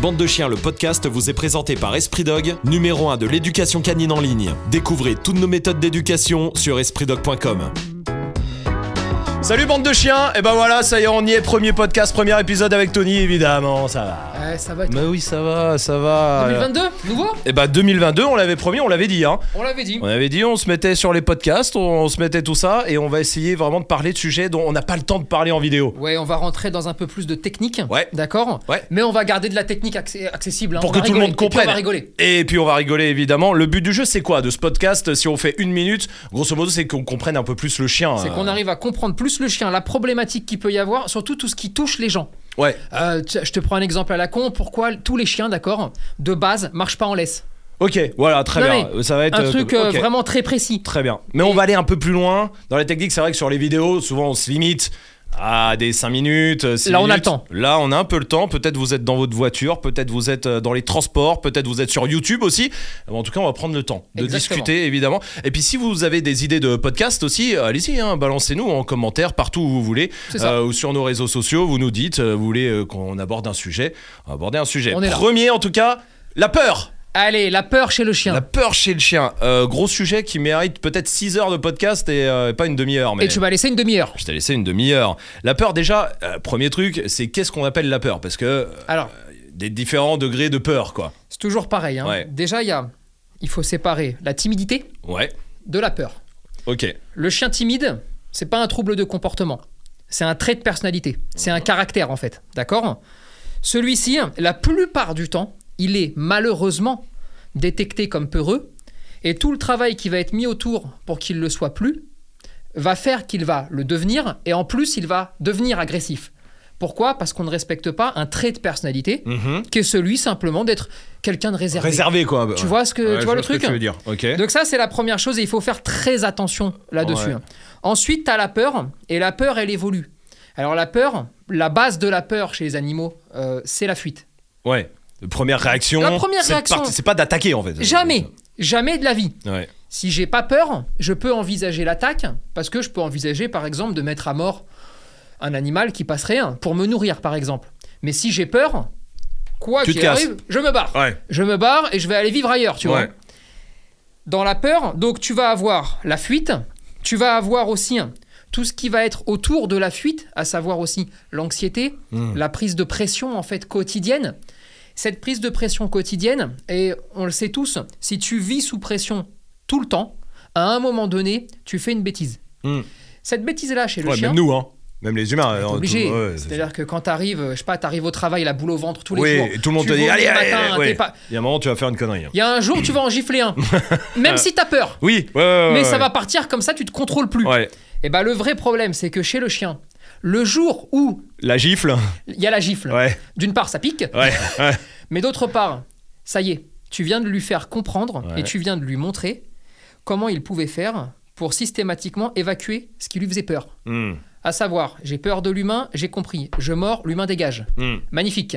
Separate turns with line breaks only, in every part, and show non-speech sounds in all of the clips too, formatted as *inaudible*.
Bande de chiens, le podcast vous est présenté par Esprit Dog, numéro 1 de l'éducation canine en ligne. Découvrez toutes nos méthodes d'éducation sur espritdog.com. Salut bande de chiens, et ben voilà, ça y est, on y est, premier podcast, premier épisode avec Tony, évidemment, ça va.
Ouais, ça va. et toi
Mais euh, oui, ça va, ça va.
2022, nouveau
Et ben 2022, on l'avait promis, on l'avait dit, hein.
On l'avait dit.
On avait dit, on se mettait sur les podcasts, on, on se mettait tout ça, et on va essayer vraiment de parler de sujets dont on n'a pas le temps de parler en vidéo.
Ouais, on va rentrer dans un peu plus de technique.
Ouais.
D'accord
Ouais.
Mais on va garder de la technique accé- accessible. hein.
Pour
On
que
va
tout le
rigoler.
monde
Et puis
comprenne.
On va rigoler.
Et puis on va rigoler évidemment. Le but du jeu, c'est quoi de ce podcast Si on fait une minute, grosso modo, c'est qu'on comprenne un peu plus le chien.
C'est
euh,
qu'on arrive à comprendre plus le chien, la problématique qu'il peut y avoir, surtout tout ce qui touche les gens.
Ouais.
Euh, tu- je te prends un exemple à la con. Pourquoi tous les chiens, d'accord, de base, marchent pas en laisse
Ok, voilà, très
Non,
bien. Ça va être
Un
euh,
truc euh,
ok,
vraiment très précis.
Très bien. Mais on va aller un peu plus loin dans les techniques. C'est vrai que sur les vidéos, souvent on se limite à des 5 minutes. euh, six
Là, on a
minutes.
le temps.
Là, on a un peu le temps. Peut-être vous êtes dans votre voiture, peut-être vous êtes euh, dans les transports, peut-être vous êtes sur YouTube aussi. Mais En tout cas, on va prendre le temps de
Exactement.
discuter, évidemment. Et puis, si vous avez des idées de podcast aussi, euh, allez-y, hein, balancez-nous en commentaire partout où vous voulez.
C'est ça.
Euh, ou sur nos réseaux sociaux, vous nous dites, euh, vous voulez euh, qu'on aborde un sujet. On va aborder un sujet.
On est là.
Premier, en tout cas, la peur.
Allez, la peur chez le chien.
La peur chez le chien. Euh, gros sujet qui mérite peut-être 6 heures de podcast et euh, pas une demi-heure. Mais...
Et tu m'as laissé une demi-heure.
Je t'ai laissé une demi-heure. La peur, déjà, euh, premier truc, c'est qu'est-ce qu'on appelle la peur Parce que euh,
Alors,
des différents degrés de peur, quoi.
c'est toujours pareil. hein.
Ouais.
Déjà, il y a, il faut séparer la timidité
Ouais,
de la peur.
ok.
Le chien timide, c'est pas un trouble de comportement. C'est un trait de personnalité. C'est un caractère, en fait. D'accord Celui-ci, la plupart du temps, il est malheureusement détecté comme peureux. Et tout le travail qui va être mis autour pour qu'il le soit plus va faire qu'il va le devenir. Et en plus, il va devenir agressif. Pourquoi Parce qu'on ne respecte pas un trait de personnalité
Mhm.
qui est celui simplement d'être quelqu'un de réservé.
Réservé, quoi.
Tu vois, ce que,
Ouais,
tu
je
vois le
ce
truc
que
hein.
tu veux dire. Ok.
donc ça, c'est la première chose et il faut faire très attention là-dessus. hein.
Ouais.
Ensuite, tu as la peur et la peur, elle évolue. Alors la peur, la base de la peur chez les animaux, euh, c'est la fuite.
Ouais. Première réaction.
La première
c'est de
réaction.
partir- C'est pas d'attaquer, en fait.
Jamais, jamais de la vie.
Ouais.
Si j'ai pas peur, je peux envisager l'attaque parce que je peux envisager par exemple de mettre à mort un animal qui passerait hein, pour me nourrir par exemple. Mais si j'ai peur, quoi
Tu te
qu'il
casses.
arrive, je me barre.
Ouais.
Je me barre et je vais aller vivre ailleurs, tu vois.
ouais.
dans la peur, donc tu vas avoir la fuite, tu vas avoir aussi hein, tout ce qui va être autour de la fuite, à savoir aussi l'anxiété,
Mm.
la prise de pression en fait quotidienne. Cette prise de pression quotidienne, et on le sait tous, si tu vis sous pression tout le temps, à un moment donné, tu fais une bêtise.
Mm.
Cette bêtise-là chez le
Ouais,
chien,
même nous, hein. Même les humains.
t'es
euh,
obligé.
tout- ouais, c'est-
C'est-à-dire que quand t'arrives, je sais pas, t'arrives au travail, la boule au ventre tous les
Oui,
jours.
et tout le monde
tu
te dit,
vomis
allez,
le
allez,
matin,
ouais.
t'es pas-
Il y a un moment, tu vas faire une connerie.
Il y a un jour, tu vas en
*laughs*
gifler un, même si t'as peur.
Oui, ouais, ouais, ouais,
Mais ça
ouais.
va partir comme ça, tu te contrôles plus.
Ouais.
Et bah le vrai problème, c'est que chez le chien, le jour où
La
*laughs*
gifle.
il y a la gifle,
Ouais.
d'une part ça pique,
Ouais. *laughs* ouais.
mais d'autre part, ça y est, tu viens de lui faire comprendre
Ouais.
et tu viens de lui montrer comment il pouvait faire pour systématiquement évacuer ce qui lui faisait peur.
Mm,
À savoir, j'ai peur de l'humain, j'ai compris, je mords, l'humain dégage.
mm.
Magnifique.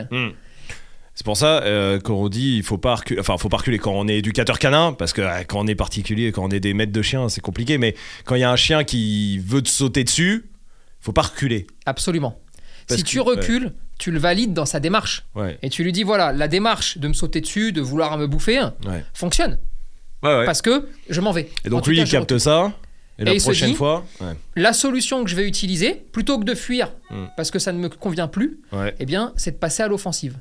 C'est pour ça euh, quand on dit il faut pas reculer, enfin faut pas reculer quand on est éducateur canin parce que euh, quand on est particulier, quand on est des maîtres de chiens, c'est compliqué. Mais quand il y a un chien qui veut te sauter dessus, faut pas reculer.
Absolument.
Parce
si
que-
tu recules, tu le valides dans sa démarche.
Ouais,
Et tu lui dis, voilà, la démarche de me sauter dessus, de vouloir me bouffer,
ouais,
fonctionne.
ouais. ouais.
Parce que je m'en vais.
Et
En
donc
tout
lui
cas,
il
je
capte ça. Et,
Et
la
il se
prochaine
dit-
fois, ouais,
la solution que je vais utiliser, plutôt que de fuir
Mm.
parce que ça ne me convient plus,
ouais.
eh bien, c'est de passer à l'offensive.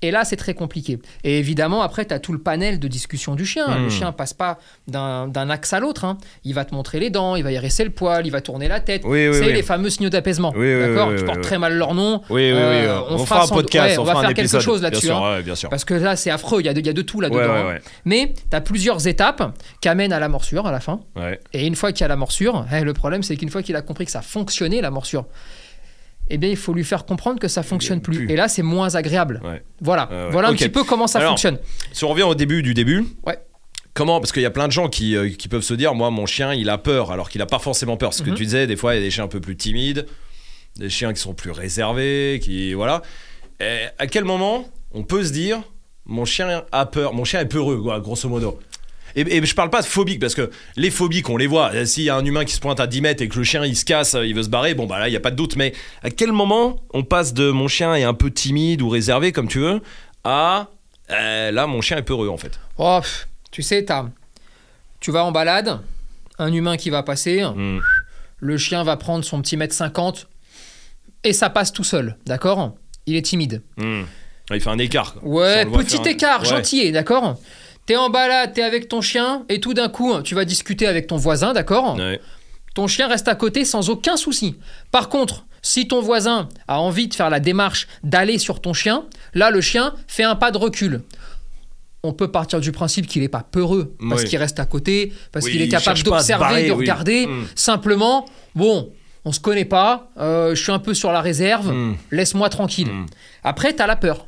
Et là, c'est très compliqué. Et évidemment, après, tu as tout le panel de discussion du chien.
Mm.
Le chien passe pas d'un d'un axe à l'autre. hein. Il va te montrer les dents, il va hérisser le poil, il va tourner la tête.
Oui, oui,
c'est
oui.
les fameux signaux d'apaisement.
Oui, oui,
D'accord
oui, oui,
Tu portes
oui.
très mal leur nom.
Oui, oui, oui.
Euh,
ouais.
on
on,
fera
fera un
sans-
podcast,
ouais,
on,
on va
fera un
faire quelque
épisode.
chose
Bien
là-dessus,
sûr,
hein.
ouais, bien sûr.
Parce que là, c'est affreux. Il y, a de- il y a de tout
Ouais,
là-dedans.
ouais,
hein.
ouais.
Mais tu as plusieurs étapes qui amènent à la morsure à la fin.
ouais.
Et une fois qu'il y a la morsure, eh, le problème c'est qu'une fois qu'il a compris que ça fonctionnait la morsure, eh bien il faut lui faire comprendre que ça fonctionne plus.
plus.
Et là c'est moins agréable.
Ouais.
Voilà,
Ouais, ouais.
voilà un
Ok.
petit peu comment ça
Alors,
fonctionne.
Si on revient au début du début.
Ouais.
Comment Parce qu'il y a plein de gens qui, euh, qui peuvent se dire, moi, mon chien, il a peur, alors qu'il a pas forcément peur. Ce que
Mhm.
tu disais, des fois, il y a des chiens un peu plus timides, des chiens qui sont plus réservés, qui voilà. Et à quel moment on peut se dire, mon chien a peur, mon chien est peureux, quoi, grosso modo. Et, et je parle pas de phobique parce que les phobiques, on les voit. Euh, S'il y a un humain qui se pointe à 10 mètres et que le chien il se casse, euh, il veut se barrer, bon bah là il y a pas de doute. Mais à quel moment on passe de mon chien est un peu timide ou réservé comme tu veux à euh, là, mon chien est peureux en fait.
Oh, pff, tu sais, t'as- tu vas en balade, un humain qui va passer,
Hmm.
le chien va prendre son petit mètre 50 et ça passe tout seul, d'accord Il est timide.
Hmm. Il fait un écart. quoi. Ça, on
Ouais,
le voit
petit
faire un-
écart,
Ouais.
gentillet, d'accord T'es en balade, t'es avec ton chien, et tout d'un coup, tu vas discuter avec ton voisin, d'accord
Ouais.
Ton chien reste à côté sans aucun souci. Par contre, si ton voisin a envie de faire la démarche d'aller sur ton chien, là, le chien fait un pas de recul. On peut partir du principe qu'il n'est pas peureux, parce
Oui.
qu'il reste à côté, parce
Oui,
qu'il est
il
capable
cherche pas à se
d'observer,
barrer,
de
oui.
regarder.
Mm.
Simplement, bon, on se connaît pas, euh, je suis un peu sur la réserve,
Mm.
laisse-moi tranquille.
Mm.
Après, tu as la peur.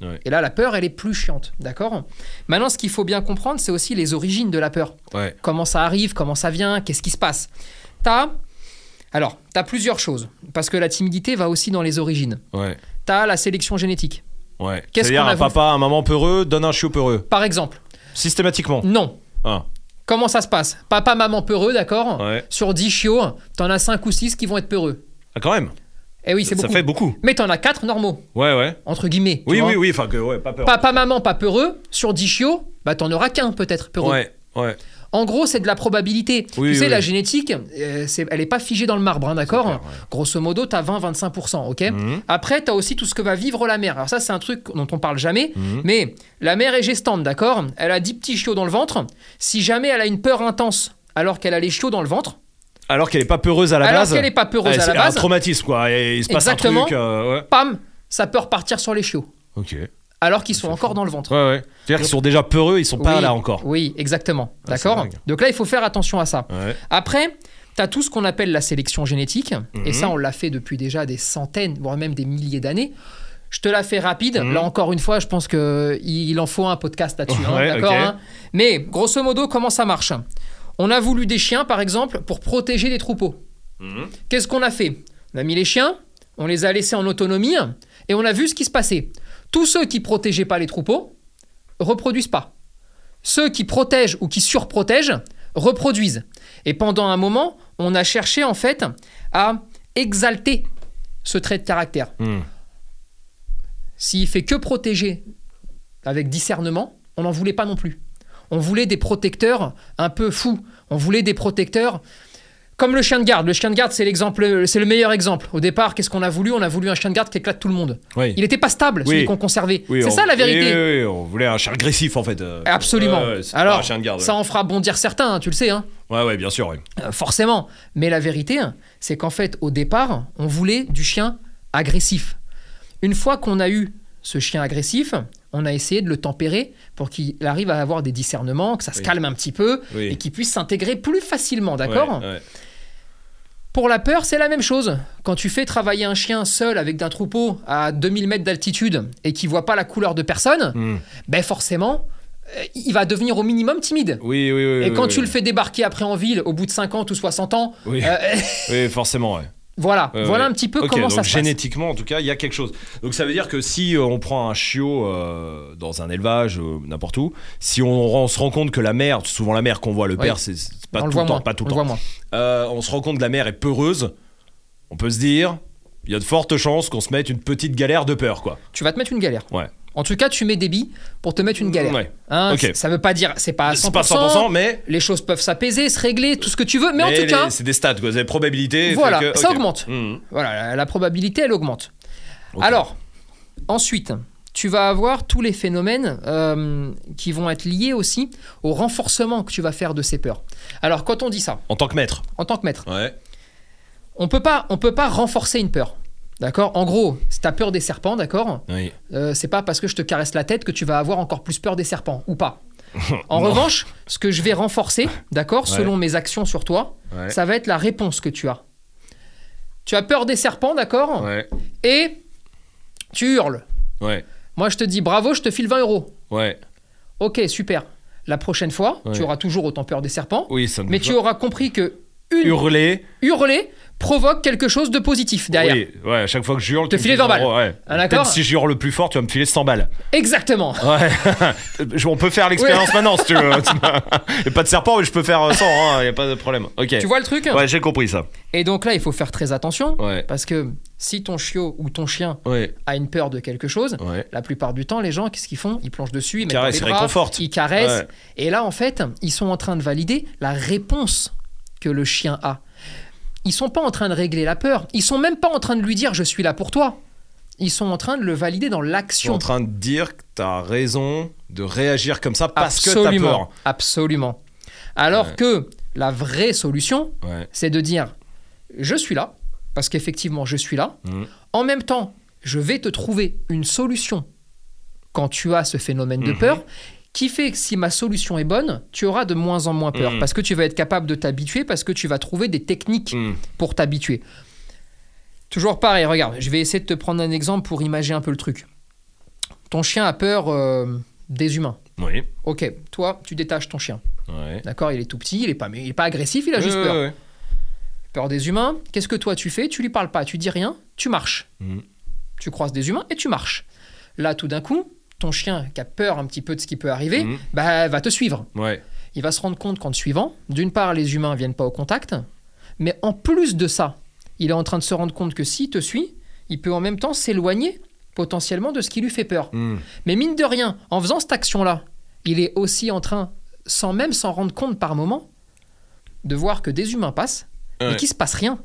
Ouais.
Et là, la peur, elle est plus chiante, d'accord Maintenant, ce qu'il faut bien comprendre, c'est aussi les origines de la peur
Ouais.
comment ça arrive, comment ça vient, qu'est-ce qui se passe. T'as, alors, t'as plusieurs choses, parce que la timidité va aussi dans les origines.
Ouais.
T'as la sélection génétique.
Ouais.
Qu'est-ce
C'est-à-dire
qu'on a
un
voulu-
papa, un maman peureux donne un chiot peureux
Par exemple,
systématiquement.
non.
Ah.
Comment ça se passe Papa, maman peureux, d'accord
Ouais.
Sur 10 chiots, t'en as 5 ou 6 qui vont être peureux.
Ah, quand même.
Eh oui, c'est
Ça, ça
beaucoup.
fait beaucoup.
Mais t'en as 4 normaux,
Ouais, ouais.
entre guillemets. tu
Oui,
vois.
oui, oui. Enfin que ouais, pas peur.
Papa, maman, pas peureux. Sur 10 chiots, bah t'en auras qu'un peut-être peureux.
Ouais. Ouais.
En gros, c'est de la probabilité.
Oui,
tu sais,
oui.
la génétique, euh, c'est- elle n'est pas figée dans le marbre, hein, d'accord
clair, ouais.
Grosso modo, tu as 20-25%, ok
Mhm.
Après, tu as aussi tout ce que va vivre la mère. Alors ça, c'est un truc dont on parle jamais,
Mhm.
mais la mère est gestante, d'accord Elle a 10 petits chiots dans le ventre. Si jamais elle a une peur intense alors qu'elle a les chiots dans le ventre,
Alors qu'elle est pas peureuse à la
alors
base.
qu'elle n'est pas peureuse
Ouais,
à la
c'est Un
base,
traumatisme quoi. Et il se passe
Exactement.
un truc. euh, ouais.
pam, ça peut repartir sur les chiots,
Ok. Ouais,
alors qu'ils sont encore dans le ventre.
ouais. C'est-à-dire qu'ils sont déjà peureux, ils sont Ah, pas
Oui,
là encore.
Oui, exactement,
Ah, c'est
d'accord
dingue.
Donc là, il faut faire attention à ça.
Ouais.
Après, tu as tout ce qu'on appelle la sélection génétique, et
Mhm.
ça, on l'a fait depuis déjà des centaines, voire même des milliers d'années. Je te la fais rapide.
Mhm.
Là encore une fois, je pense que il en faut un podcast là-dessus. hein,
Ouais,
d'accord,
ok.
hein. Mais grosso modo, comment ça marche On a voulu des chiens, par exemple, pour protéger les troupeaux.
Mhm.
Qu'est-ce qu'on a fait On a mis les chiens, on les a laissés en autonomie, et on a vu ce qui se passait. Tous ceux qui protégeaient pas les troupeaux reproduisent pas. Ceux qui protègent ou qui surprotègent reproduisent. Et pendant un moment, on a cherché en fait à exalter ce trait de caractère.
Mhm.
S'il fait que protéger avec discernement, on n'en voulait pas non plus. On voulait des protecteurs un peu fous. On voulait des protecteurs comme le chien de garde. Le chien de garde, c'est l'exemple, c'est le meilleur exemple. Au départ, qu'est-ce qu'on a voulu On a voulu un chien de garde qui éclate tout le monde.
Oui.
Il n'était pas stable, celui
Oui.
qu'on conservait.
Oui,
c'est
on-
ça la
Oui,
vérité.
oui, oui, on voulait un chien agressif en fait. euh.
Absolument.
Ouais, ouais, c'est pas
Alors,
un chien de garde, ouais.
ça en fera bondir certains, hein, tu le sais, hein.
Ouais, ouais, bien sûr. ouais.
Euh, forcément. Mais la vérité, hein, c'est qu'en fait, au départ, on voulait du chien agressif. Une fois qu'on a eu ce chien agressif, on a essayé de le tempérer pour qu'il arrive à avoir des discernements, que ça se
Oui.
calme un petit peu
Oui.
et qu'il puisse s'intégrer plus facilement, d'accord
Ouais, ouais.
Pour la peur, c'est la même chose. Quand tu fais travailler un chien seul avec d'un troupeau à 2000 mètres d'altitude et qu'il voit pas la couleur de personne,
Hmm.
ben forcément, euh, il va devenir au minimum timide.
Oui, oui, oui.
Et
oui,
quand
oui,
tu le fais débarquer après en ville, au bout de 50 ou 60 ans,
Oui,
euh,
oui, forcément, ouais.
*laughs* voilà,
Ouais,
voilà
ouais.
un petit peu
Ok,
comment
donc
ça se passe.
génétiquement, en tout cas, il y a quelque chose. Donc ça veut dire que si euh, on prend un chiot euh, dans un élevage, euh, n'importe où, si on, on se rend compte que la mère, souvent la mère qu'on voit, le
Oui.
père, c'est c'est pas
on le
tout
voit
le temps,
moins.
pas tout
on
le
le
temps.
voit moins.
Euh, on se rend compte que la mère est peureuse, on peut se dire, il y a de fortes chances qu'on se mette une petite galère de peur, quoi.
Tu vas te mettre une galère.
Ouais.
En tout cas, tu mets des billes pour te mettre une galère.
Ouais.
Hein,
Ok.
c- Ça veut pas dire, c'est pas à
C'est
100%.
pas 100%, mais.
Les choses peuvent s'apaiser, se régler, tout ce que tu veux, mais, en tout
les-
cas,
C'est des stats, quoi. C'est des probabilités.
Voilà,
fait que-
ça
ok.
augmente.
Hmm.
voilà, la, la probabilité, elle augmente.
Ok.
Alors, ensuite, tu vas avoir tous les phénomènes euh, qui vont être liés aussi au renforcement que tu vas faire de ces peurs. Alors, quand on dit ça,
En tant que maître.
en tant que maître,
Ouais.
on peut pas, on peut pas renforcer une peur. D'accord En gros, si t'as peur des serpents, d'accord
Oui.
Euh, C'est pas parce que je te caresse la tête que tu vas avoir encore plus peur des serpents,
*laughs*
ou pas. En revanche, ce que je vais renforcer, d'accord,
Ouais.
selon mes actions sur toi,
Ouais.
ça va être la réponse que tu as. Tu as peur des serpents, d'accord
Ouais.
Et tu hurles.
Ouais.
Moi, je te dis bravo, je te file 20 euros.
Ouais.
Ok, super. La prochaine fois,
Ouais.
tu auras toujours autant peur des serpents,
Oui, ça me
mais tu auras compris que une
hurler.
hurler provoque quelque chose de positif derrière.
Oui, ouais, à chaque fois que je hurle,
Te
tu me
filer
files
20 balles.
euros, ouais.
Ah, d'accord.
Peut-être si je hurle le plus fort, tu vas me filer 100 balles.
Exactement.
Ouais. *laughs* Je- On peut faire l'expérience maintenant si tu
*laughs*
veux. Il a pas de serpent, mais je peux faire euh, 100, il n'y a pas de problème. Ok.
Tu vois le truc
ouais, j'ai compris ça.
Et donc là, il faut faire très attention
Ouais.
parce que si ton chiot ou ton chien
Ouais,
a une peur de quelque chose,
ouais.
la plupart du temps, les gens, qu'est-ce qu'ils font Ils plongent dessus, ils, mettent
caressent, ils
dans les bras,
réconfortent.
ils caressent.
Ouais.
Et là, en fait, ils sont en train de valider la réponse que le chien a. Ils sont pas en train de régler la peur. Ils sont même pas en train de lui dire je suis là pour toi. Ils sont en train de le valider dans
Je suis en
l'action.
train de dire que t'as raison de réagir comme ça parce que t'as
absolument,
peur.
absolument. Alors
Ouais.
que la vraie solution,
Ouais.
c'est de dire je suis là parce qu'effectivement je suis là.
Mhm.
En même temps, je vais te trouver une solution quand tu as ce phénomène de
Mhm.
peur qui fait que si ma solution est bonne, tu auras de moins en moins peur
Mhm.
parce que tu vas être capable de t'habituer parce que tu vas trouver des techniques
Hmm.
pour t'habituer. Toujours pareil, regarde, je vais essayer de te prendre un exemple pour imaginer un peu le truc. Ton chien a peur euh, des humains.
Oui.
Ok, toi, tu détaches ton chien.
Ouais.
D'accord, il est tout petit, il est pas, mais il est pas agressif, il a juste
Ouais,
peur.
ouais,
Peur des humains, qu'est-ce que toi tu fais Tu lui parles pas, tu dis rien, tu marches.
Mhm.
Tu croises des humains et tu marches. Là, tout d'un coup, ton chien qui a peur un petit peu de ce qui peut
ouais.
arriver,
Hmm.
bah, va te suivre.
Ouais.
Il va se rendre compte qu'en te suivant, d'une part, les humains viennent pas au contact, mais en plus de ça, il est en train de se rendre compte que s'il te suit, il peut en même temps s'éloigner potentiellement de ce qui lui fait peur.
Hmm.
Mais mine de rien, en faisant cette action-là, il est aussi en train, sans même s'en rendre compte par moment, de voir que des humains passent
Ouais.
et qu'il se passe rien.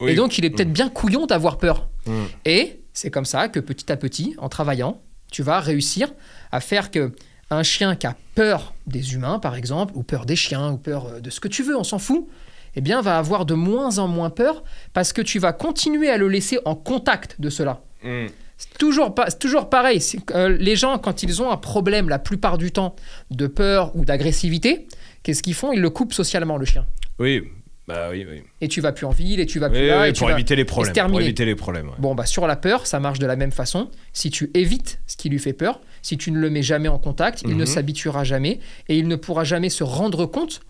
Oui.
Et donc, il est peut-être
Mm.
bien couillon d'avoir peur.
Mm.
Et c'est comme ça que petit à petit, en travaillant, tu vas réussir à faire que un chien qui a peur des humains, par exemple, ou peur des chiens, ou peur euh, de ce que tu veux, on s'en fout, eh bien, va avoir de moins en moins peur parce que tu vas continuer à le laisser en contact de cela.
Hmm.
C'est toujours, pas, c'est toujours pareil. C'est que, euh, les gens, quand ils ont un problème, la plupart du temps, de peur ou d'agressivité, qu'est-ce qu'ils font Ils le coupent socialement, le chien.
Oui. Bah oui, oui.
Et tu vas plus en ville, et Ah, tu vas
Oui,
plus là,
oui,
et tu
pour
vas...
éviter les problèmes. Pour
terminé.
éviter les problèmes. ouais.
Bon, bah sur la peur, ça marche de la même façon. Si tu évites ce qui lui fait peur, si tu ne le mets jamais en contact, il
Mhm.
ne s'habituera jamais et il ne pourra jamais se rendre compte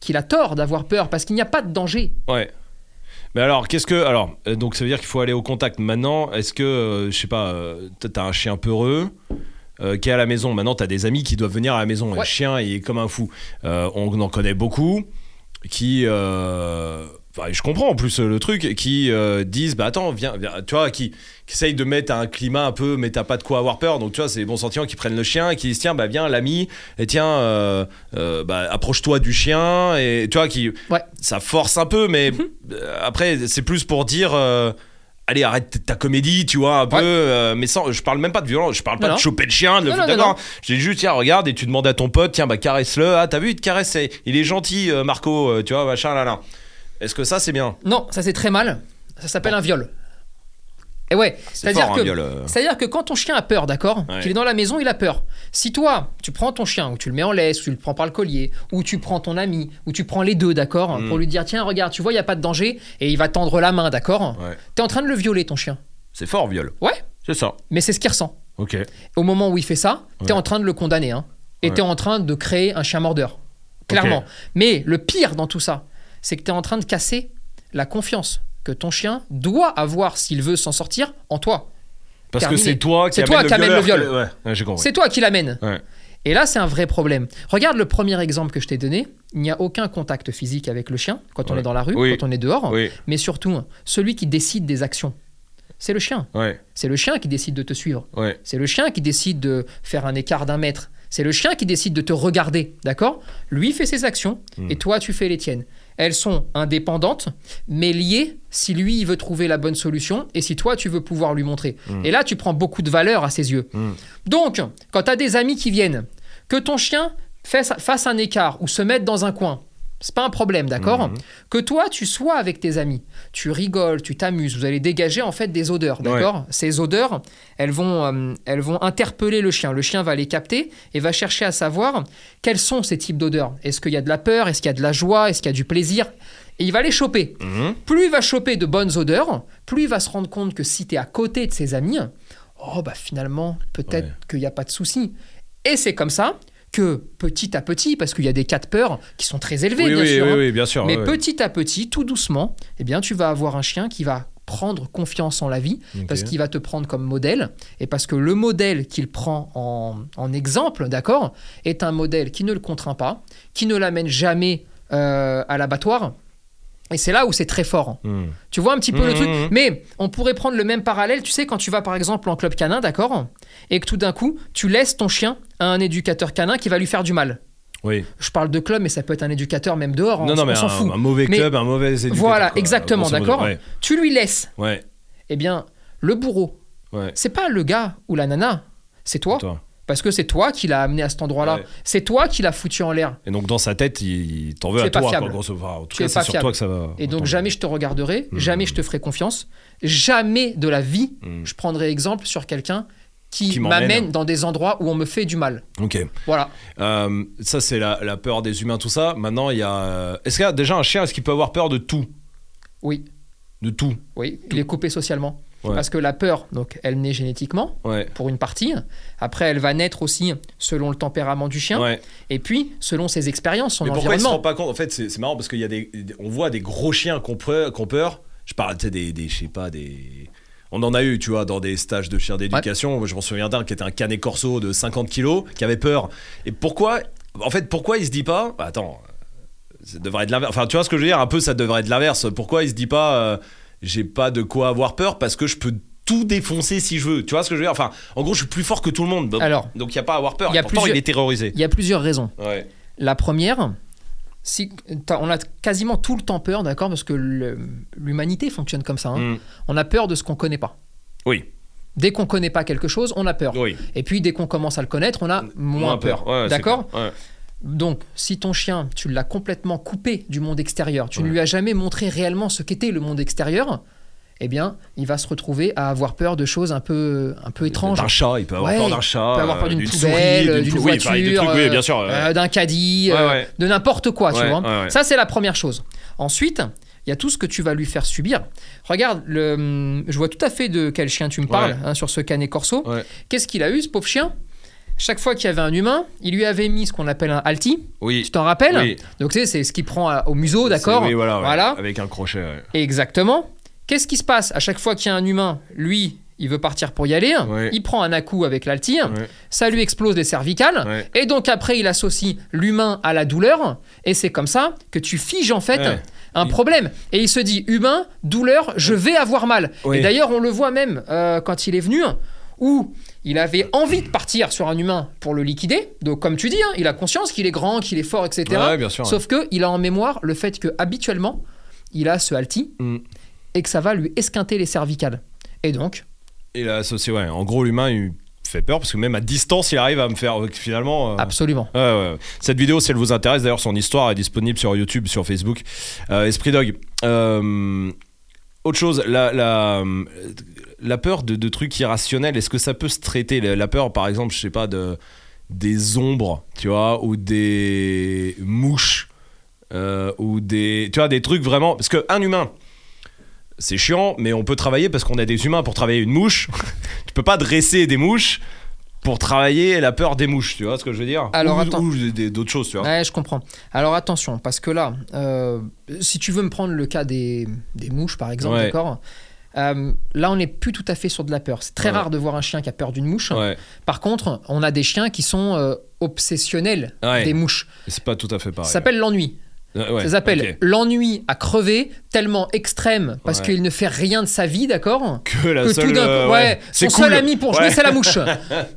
qu'il a tort d'avoir peur parce qu'il n'y a pas de danger.
Ouais. Mais alors, qu'est-ce que. Alors, euh, donc ça veut dire qu'il faut aller au contact. Maintenant, est-ce que, euh, je sais pas, euh, t'as- t'as un chien peureux euh, qui est à la maison. Maintenant, t'as des amis qui doivent venir à la maison. Et le
Ouais.
chien, il est comme un fou. Euh, on en connaît beaucoup qui. euh, enfin, je comprends en plus euh, le truc, qui euh, disent Bah attends, viens, viens. tu vois, qui, qui essayent de mettre un climat un peu, mais t'as pas de quoi avoir peur. Donc, tu vois, c'est les bons sentiments qui prennent le chien et qui disent Tiens, bah viens, l'ami, et tiens, euh, euh, bah, approche-toi du chien. Et tu vois, qui,
Ouais. Mhm.
ça force un peu, mais euh, après, c'est plus pour dire. euh, Allez, arrête ta comédie, tu vois, un peu.
Ouais.
euh, mais sans, je parle même pas de violence, je parle pas
Non,
de
non.
choper le chien, de le
Non,
foutre
non, non,
d'accord. Je dis juste, tiens, regarde, et tu demandes à ton pote, tiens, bah caresse-le. Ah, t'as vu, il te caresse, eh, il est gentil, euh, Marco, euh, tu vois, machin, là, là. Est-ce que ça, c'est bien
Non, ça c'est très mal. Ça s'appelle un viol. Et ouais,
C'est
c'est-à-dire
fort, un
que
viol. euh.
C'est-à-dire que quand ton chien a peur, d'accord
Ouais.
Qu'il est dans la maison, il a peur. Si toi, tu prends ton chien, ou tu le mets en laisse, ou tu le prends par le collier, ou tu prends ton ami, ou tu prends les deux, d'accord
Mm.
Pour lui dire, tiens, regarde, tu vois, il n'y a pas de danger, et il va tendre la main, d'accord
Ouais.
T'es en train de le violer, ton chien.
C'est fort, viol.
Ouais,
C'est ça.
mais c'est ce qu'il ressent.
Ok.
Au moment où il fait ça, t'es
Ouais.
en train de le condamner, hein. Et
Ouais.
t'es en train de créer un chien mordeur. Clairement. Mais le pire dans tout ça, c'est que t'es en train de casser la confiance que ton chien doit avoir s'il veut s'en sortir en toi.
Parce
Terminé.
que c'est toi qui
C'est
amène
toi
le
qui amène le
violeur,
viol.
que- Ouais, ouais, j'ai compris.
C'est toi qui l'amène.
Ouais.
Et là, c'est un vrai problème. Regarde le premier exemple que je t'ai donné. Il n'y a aucun contact physique avec le chien quand on
Ouais.
est dans la rue,
Oui.
quand on est dehors.
Oui,
Mais surtout, celui qui décide des actions, c'est le chien.
ouais,
C'est le chien qui décide de te suivre.
ouais.
C'est le chien qui décide de faire un écart d'un mètre. C'est le chien qui décide de te regarder, d'accord Lui fait ses actions
Hmm.
et toi tu fais les tiennes. Elles sont indépendantes, mais liées si lui il veut trouver la bonne solution et si toi tu veux pouvoir lui montrer.
Hmm.
Et là tu prends beaucoup de valeur à ses yeux.
Hmm.
Donc, quand tu as des amis qui viennent, que ton chien fasse, fasse un écart ou se mette dans un coin, c'est pas un problème, d'accord
Mhm.
Que toi, tu sois avec tes amis, tu rigoles, tu t'amuses, vous allez dégager en fait des odeurs,
Ouais.
d'accord Ces odeurs, elles vont, euh, elles vont interpeller le chien. Le chien va les capter et va chercher à savoir quels sont ces types d'odeurs. Est-ce qu'il y a de la peur Est-ce qu'il y a de la joie Est-ce qu'il y a du plaisir Et il va les choper.
Mhm.
Plus il va choper de bonnes odeurs, plus il va se rendre compte que si tu es à côté de ses amis, oh bah finalement, peut-être
Ouais.
qu'il n'y a pas de souci. Et c'est comme ça que petit à petit, parce qu'il y a des cas de peur qui sont très élevés,
Oui,
bien
oui,
sûr,
oui,
hein,
oui, bien sûr.
mais
Ah ouais, ouais.
petit à petit, tout doucement, eh bien tu vas avoir un chien qui va prendre confiance en la vie,
Ok.
parce qu'il va te prendre comme modèle, et parce que le modèle qu'il prend en, en exemple, d'accord, est un modèle qui ne le contraint pas, qui ne l'amène jamais euh, à l'abattoir, Et c'est là où c'est très fort.
Hmm.
Tu vois un petit peu le
Mmh,
truc
mmh.
Mais on pourrait prendre le même parallèle, tu sais, quand tu vas par exemple en club canin, d'accord Et que tout d'un coup, tu laisses ton chien à un éducateur canin qui va lui faire du mal.
Oui.
Je parle de club, mais ça peut être un éducateur même dehors, Oh, hein, on,
non, non, mais
on s'en
un,
fout.
un mauvais
Mais
club, un mauvais éducateur.
voilà,
quoi,
exactement,
grosso modo.
d'accord
Ouais,
Tu lui laisses,
ouais,
eh bien, le bourreau,
ouais.
c'est pas le gars ou la nana, c'est toi.
Toi.
Parce que c'est toi qui l'as amené à cet endroit-là.
Ouais.
C'est toi qui l'as foutu en l'air.
Et donc, dans sa tête, il, il t'en veut
Tu
à
es pas
toi, quoi,
fiable.
grosso modo. Enfin, en tout
Tu
cas,
es pas
c'est sur
fiable.
toi que ça va.
Et donc
autant.
jamais je te regarderai,
Mmh.
jamais je te ferai confiance, jamais de la vie
Hmm.
je prendrai exemple sur quelqu'un qui,
Qui m'emmène.
m'amène dans des endroits où on me fait du mal.
Ok.
Voilà.
Euh, ça, c'est la, la peur des humains, tout ça. Maintenant, il y a. euh, Est-ce qu'il y a déjà un chien, est-ce qu'il peut avoir peur de tout
Oui,
De tout
oui, il est coupé socialement.
Ouais.
Parce que la peur, donc, elle naît génétiquement,
Ouais.
pour une partie. Après, elle va naître aussi selon le tempérament du chien.
Ouais.
Et puis, selon ses expériences, son
Mais pourquoi ils se
environnement.
rendent pas compte En fait, c'est c'est marrant parce qu'il y a des, on voit des gros chiens qu'on pre- qu'on peur. Je parle, tu sais, des, des, je sais pas, des. On en a eu, tu vois, dans des stages de chiens d'éducation. Moi, Je m'en souviens d'un qui était un canet corso de 50 kilos qui avait peur. Et pourquoi En fait, pourquoi il se dit pas bah, Attends, ça devrait être l'inverse. Enfin, tu vois ce que je veux dire Un peu, ça devrait être l'inverse. Pourquoi il se dit pas euh, J'ai pas de quoi avoir peur parce que je peux tout défoncer si je veux. Tu vois ce que je veux dire Enfin, en gros, je suis plus fort que tout le monde. Donc,
Alors,
il n'y a pas à avoir peur.
il y a
Et pourtant,
plusieurs-
il est terrorisé.
il y a plusieurs raisons.
Ouais.
La première, si t'as- on a quasiment tout le temps peur, d'accord Parce que le- l'humanité fonctionne comme ça. hein.
Mm.
On a peur de ce qu'on connaît pas.
Oui.
Dès qu'on connaît pas quelque chose, on a peur.
Oui.
Et puis, dès qu'on commence à le connaître, on a moins, peur.
Ouais, c'est
D'accord
clair. Ouais.
Donc, si ton chien, tu l'as complètement coupé du monde extérieur, tu ne
Ouais.
lui as jamais montré réellement ce qu'était le monde extérieur, eh bien, il va se retrouver à avoir peur de choses un peu, un peu étranges.
D'un chat, il peut avoir
Ouais,
peur d'un chat,
Il peut avoir
euh,
peur d'une
souris,
poubelle, euh,
d'une
d'une
pou- oui,
voiture,
enfin, des trucs, oui,
euh,
bien sûr. euh,
euh, d'un caddie,
Ouais,
euh,
ouais.
de n'importe quoi, tu
Ouais,
vois.
ouais, ouais.
Ça, c'est la première chose. Ensuite, il y a tout ce que tu vas lui faire subir. Regarde, le, je vois tout à fait de quel chien tu me parles
Ouais.
hein, sur ce canet corso.
Ouais.
Qu'est-ce qu'il a eu, ce pauvre chien Chaque fois qu'il y avait un humain, il lui avait mis ce qu'on appelle un halti. Tu
oui.
t'en rappelles
Oui.
Donc, tu sais, c'est ce qu'il prend à- au museau, d'accord
Oui, voilà, ouais.
Voilà.
Avec un crochet. ouais.
Exactement. Qu'est-ce qui se passe À chaque fois qu'il y a un humain, lui, il veut partir pour y aller.
Ouais.
Il prend un à-coup avec l'alti.
Ouais.
Ça lui explose les cervicales.
Ouais.
Ah. Et donc après, il associe l'humain à la douleur. Et c'est comme ça que tu figes en fait
Ouais.
un
Il-
problème. Et il se dit, humain, douleur, je vais avoir mal.
Oui.
Et d'ailleurs, on le voit même euh, quand il est venu. Où il avait envie de partir sur un humain pour le liquider. Donc, comme tu dis, hein, il a conscience qu'il est grand, qu'il est fort, etc.
Ouais, bien sûr. ouais.
Sauf que il a en mémoire le fait que habituellement, il a ce halti
Mm.
et que ça va lui esquinter les cervicales. Et donc,
Il a associé, ouais. En gros, l'humain, il fait peur parce que même à distance, il arrive à me faire euh, finalement. euh,
absolument.
Ouais, ouais. Cette vidéo, si elle vous intéresse, d'ailleurs, son histoire est disponible sur YouTube, sur Facebook. Euh, Esprit Dog. euh, autre chose, la, la, la peur de, de trucs irrationnels, est-ce que ça peut se traiter la, la peur, par exemple, je sais pas, de, des ombres, tu vois, ou des mouches, euh, ou des. Tu vois, des trucs vraiment. Parce qu'un humain. C'est chiant, mais on peut travailler parce qu'on a des humains pour travailler une mouche. *laughs* tu peux pas dresser des mouches pour travailler la peur des mouches, tu vois ce que je veux dire
Alors,
Ou-
attends.
ou des- des- d'autres choses, tu vois.
Ouais, je comprends. Alors attention, parce que là, euh, si tu veux me prendre le cas des, des mouches, par exemple,
Ouais.
d'accord Euh, Là, on n'est plus tout à fait sur de la peur. C'est très
Ouais.
rare de voir un chien qui a peur d'une mouche.
Ouais,
Par contre, on a des chiens qui sont euh, obsessionnels
Ouais.
des mouches.
c'est pas tout à fait pareil.
ça s'appelle l'ennui.
Ouais, ouais,
ça s'appelle
ok.
l'ennui à crever, tellement extrême, parce
Ouais.
qu'il ne fait rien de sa vie, d'accord
que la
que
seule.
tout d'un
euh,
coup, ouais, son
c'est
seul
cool.
ami pour jouer,
Ouais. Euh.
c'est
*laughs*
la mouche.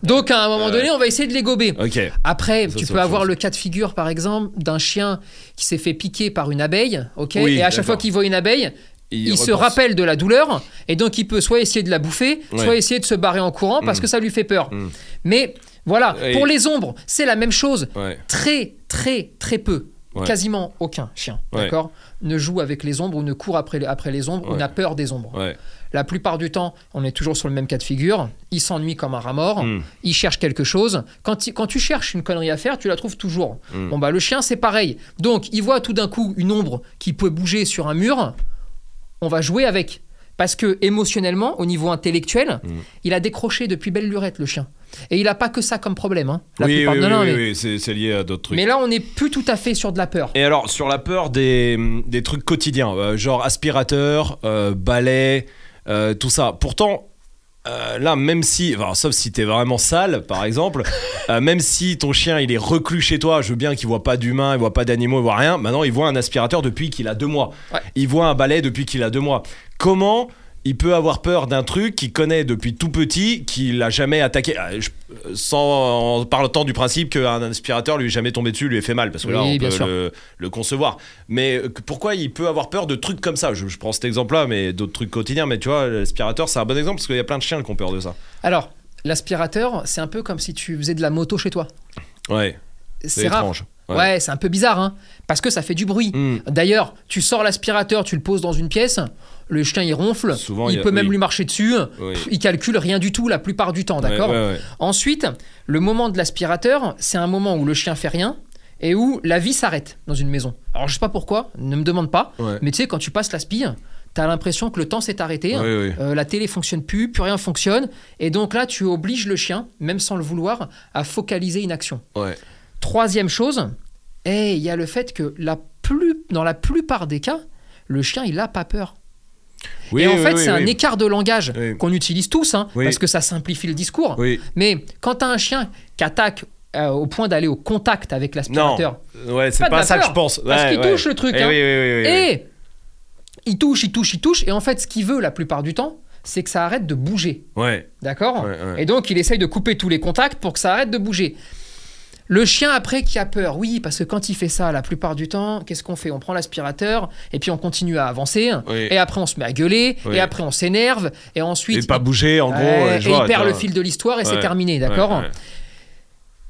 Donc à un moment
Ouais.
donné, on va essayer de les gober.
Ok.
Après,
Ça,
tu
c'est
peux
autre
avoir
chose.
le cas de figure, par exemple, d'un chien qui s'est fait piquer par une abeille, ok
Oui,
Et à chaque
d'accord.
fois qu'il voit une abeille, il, se
repense.
rappelle de la douleur, et donc il peut soit essayer de la bouffer,
Ouais.
soit essayer de se barrer en courant parce
Mm.
que ça lui fait peur.
Mm.
Mais voilà,
Et-
pour les ombres, c'est la même chose.
Ouais.
Très, très, très peu.
Ouais.
Quasiment aucun chien,
Ouais.
d'accord, ne joue avec les ombres ou ne court après, après les ombres ou
Ouais.
n'a peur des ombres.
Ouais.
La plupart du temps, on est toujours sur le même cas de figure. Il s'ennuie comme un rat mort.
Mm.
Il cherche quelque chose. Quand, il- quand tu cherches une connerie à faire, tu la trouves toujours.
Mm.
Bon, bah, le chien, c'est pareil. Donc, il voit tout d'un coup une ombre qui peut bouger sur un mur. On va jouer avec. Parce que émotionnellement, au niveau intellectuel,
Mm.
il a décroché depuis belle lurette, le chien. Et il n'a pas que ça comme problème. hein. La
oui,
plupart-
oui,
non,
oui,
non,
oui,
mais,
oui, c'est c'est lié à d'autres trucs.
mais là, on n'est plus tout à fait sur de la peur.
Et alors, sur la peur des, des trucs quotidiens, euh, genre aspirateur, euh, balai, euh, tout ça. Pourtant, euh, là, même si, enfin, sauf si t'es vraiment sale, par exemple, euh, même si ton chien il est reclus chez toi, je veux bien qu'il voit pas d'humains, il voit pas d'animaux, il voit rien. Maintenant, il voit un aspirateur depuis qu'il a deux mois.
Ouais.
Il voit un balai depuis qu'il a deux mois. Comment il peut avoir peur d'un truc qu'il connaît depuis tout petit, qu'il a jamais attaqué, Ah, je- euh, sans en partant du principe qu'un aspirateur lui est jamais tombé dessus, lui ait fait mal, parce que là
Oui,
on
bien
peut
sûr.
le, le concevoir. Mais euh, que- pourquoi il peut avoir peur de trucs comme ça je, je prends cet exemple-là, mais d'autres trucs quotidiens. Mais tu vois, l'aspirateur c'est un bon exemple parce qu'il y a plein de chiens qui ont peur de ça.
Alors, l'aspirateur, c'est un peu comme si tu faisais de la moto chez toi.
Ouais, c'est
C'est rare.
étrange.
Ouais,
Ouais.
c'est un peu bizarre, hein, parce que ça fait du bruit.
Hmm.
D'ailleurs, tu sors l'aspirateur, tu le poses dans une pièce, le chien il ronfle,
Souvent,
il,
il y a-
peut même
oui.
lui marcher dessus,
Oui.
pff, il calcule rien du tout la plupart du temps, d'accord
Ouais, ouais, ouais.
Ensuite, le moment de l'aspirateur, c'est un moment où le chien fait rien et où la vie s'arrête dans une maison. Alors je sais pas pourquoi, ne me demande pas,
Ouais.
mais tu sais, quand tu passes l'aspire, t'as l'impression que le temps s'est arrêté,
Oui, oui.
euh, la télé fonctionne plus, plus rien fonctionne, et donc là tu obliges le chien, même sans le vouloir, à focaliser une action.
Ouais.
Troisième chose, et il y a le fait que la plus, dans la plupart des cas, le chien, il n'a pas peur.
Oui,
et en
oui,
fait,
oui,
c'est un
oui.
écart de langage
Oui.
qu'on utilise tous, hein,
Oui.
parce que ça simplifie le discours.
Oui.
Mais quand tu as un chien qui attaque euh, au point d'aller au contact avec
Non.
l'aspirateur,
Ouais, c'est
Pas
pas,
de la
ça que
peur,
je pense.
parce
Ouais,
qu'il
ouais.
touche le truc,
Eh
hein.
oui, oui, oui, oui, oui.
et il touche, il touche, il touche, et en fait, ce qu'il veut la plupart du temps, c'est que ça arrête de bouger.
Ouais.
D'accord
Ouais, ouais.
Et donc, il essaye de couper tous les contacts pour que ça arrête de bouger. Le chien, après, qui a peur, oui, parce que quand il fait ça, la plupart du temps, qu'est-ce qu'on fait On prend l'aspirateur, et puis on continue à avancer,
Oui.
et après on se met à gueuler,
Oui.
et après on s'énerve, et
Et
ensuite...
pas bouger, en gros.
Ouais,
ouais, je
et
vois,
il perd
tu
le
vois.
fil de l'histoire, et c'est
Ouais.
terminé,
Ouais,
d'accord
ouais.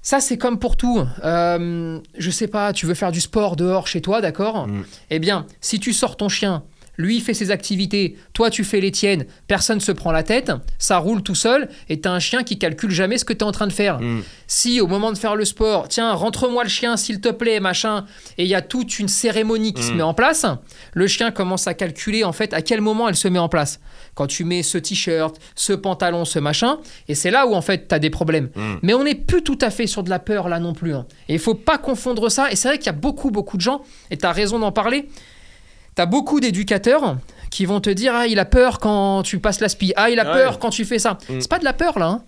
Ça, c'est comme pour tout. Euh, je sais pas, tu veux faire du sport dehors chez toi, d'accord
Mm.
Eh bien, si tu sors ton chien, lui il fait ses activités, toi tu fais les tiennes, personne se prend la tête, ça roule tout seul, et t'as un chien qui calcule jamais ce que t'es en train de faire.
Mm.
Si au moment de faire le sport, tiens, rentre-moi le chien s'il te plaît, machin, et il y a toute une cérémonie qui se
Mm.
met en place, le chien commence à calculer en fait à quel moment elle se met en place. Quand tu mets ce t-shirt, ce pantalon, ce machin, et c'est là où en fait t'as des problèmes.
Mm.
Mais on n'est plus tout à fait sur de la peur là non plus. hein. Et il faut pas confondre ça. Et c'est vrai qu'il y a beaucoup beaucoup de gens, et t'as raison d'en parler. T'as beaucoup d'éducateurs qui vont te dire ah il a peur quand tu passes l'aspi, ah il a
Ouais.
peur quand tu fais ça.
Mm.
C'est pas de la peur là. hein.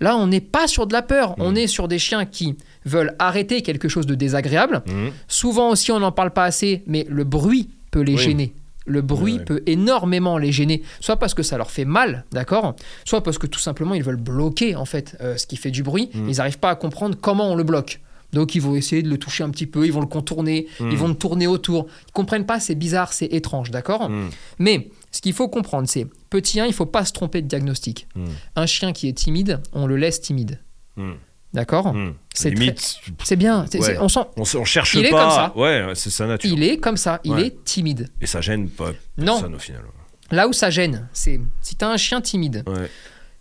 Là, on n'est pas sur de la peur, on est sur des chiens qui veulent arrêter quelque chose de désagréable.
Mm.
Souvent aussi, on n'en parle pas assez, mais le bruit peut les
Oui.
gêner. Le bruit
Ouais, ouais.
peut énormément les gêner, soit parce que ça leur fait mal, d'accord Soit parce que tout simplement ils veulent bloquer en fait euh, ce qui fait du bruit,
Mm.
ils n'arrivent pas à comprendre comment on le bloque. Donc ils vont essayer de le toucher un petit peu, ils vont le contourner,
Mm.
ils vont le tourner autour. Ils comprennent pas, c'est bizarre, c'est étrange, d'accord
Mm.
mais ce qu'il faut comprendre, c'est petit 1, il faut pas se tromper de diagnostic.
Mm.
Un chien qui est timide, on le laisse timide.
Mm.
D'accord
Mm.
C'est
Limite,
C'est bien. c'est-
Ouais.
c'est- on sent.
on, s- on cherche
Il est
pas.
comme ça.
Ouais, c'est sa nature.
Il est comme ça, il
Ouais.
est timide.
Et ça gêne pas
Non.
personne au final.
Là où ça gêne, c'est si tu as un chien timide
Ouais.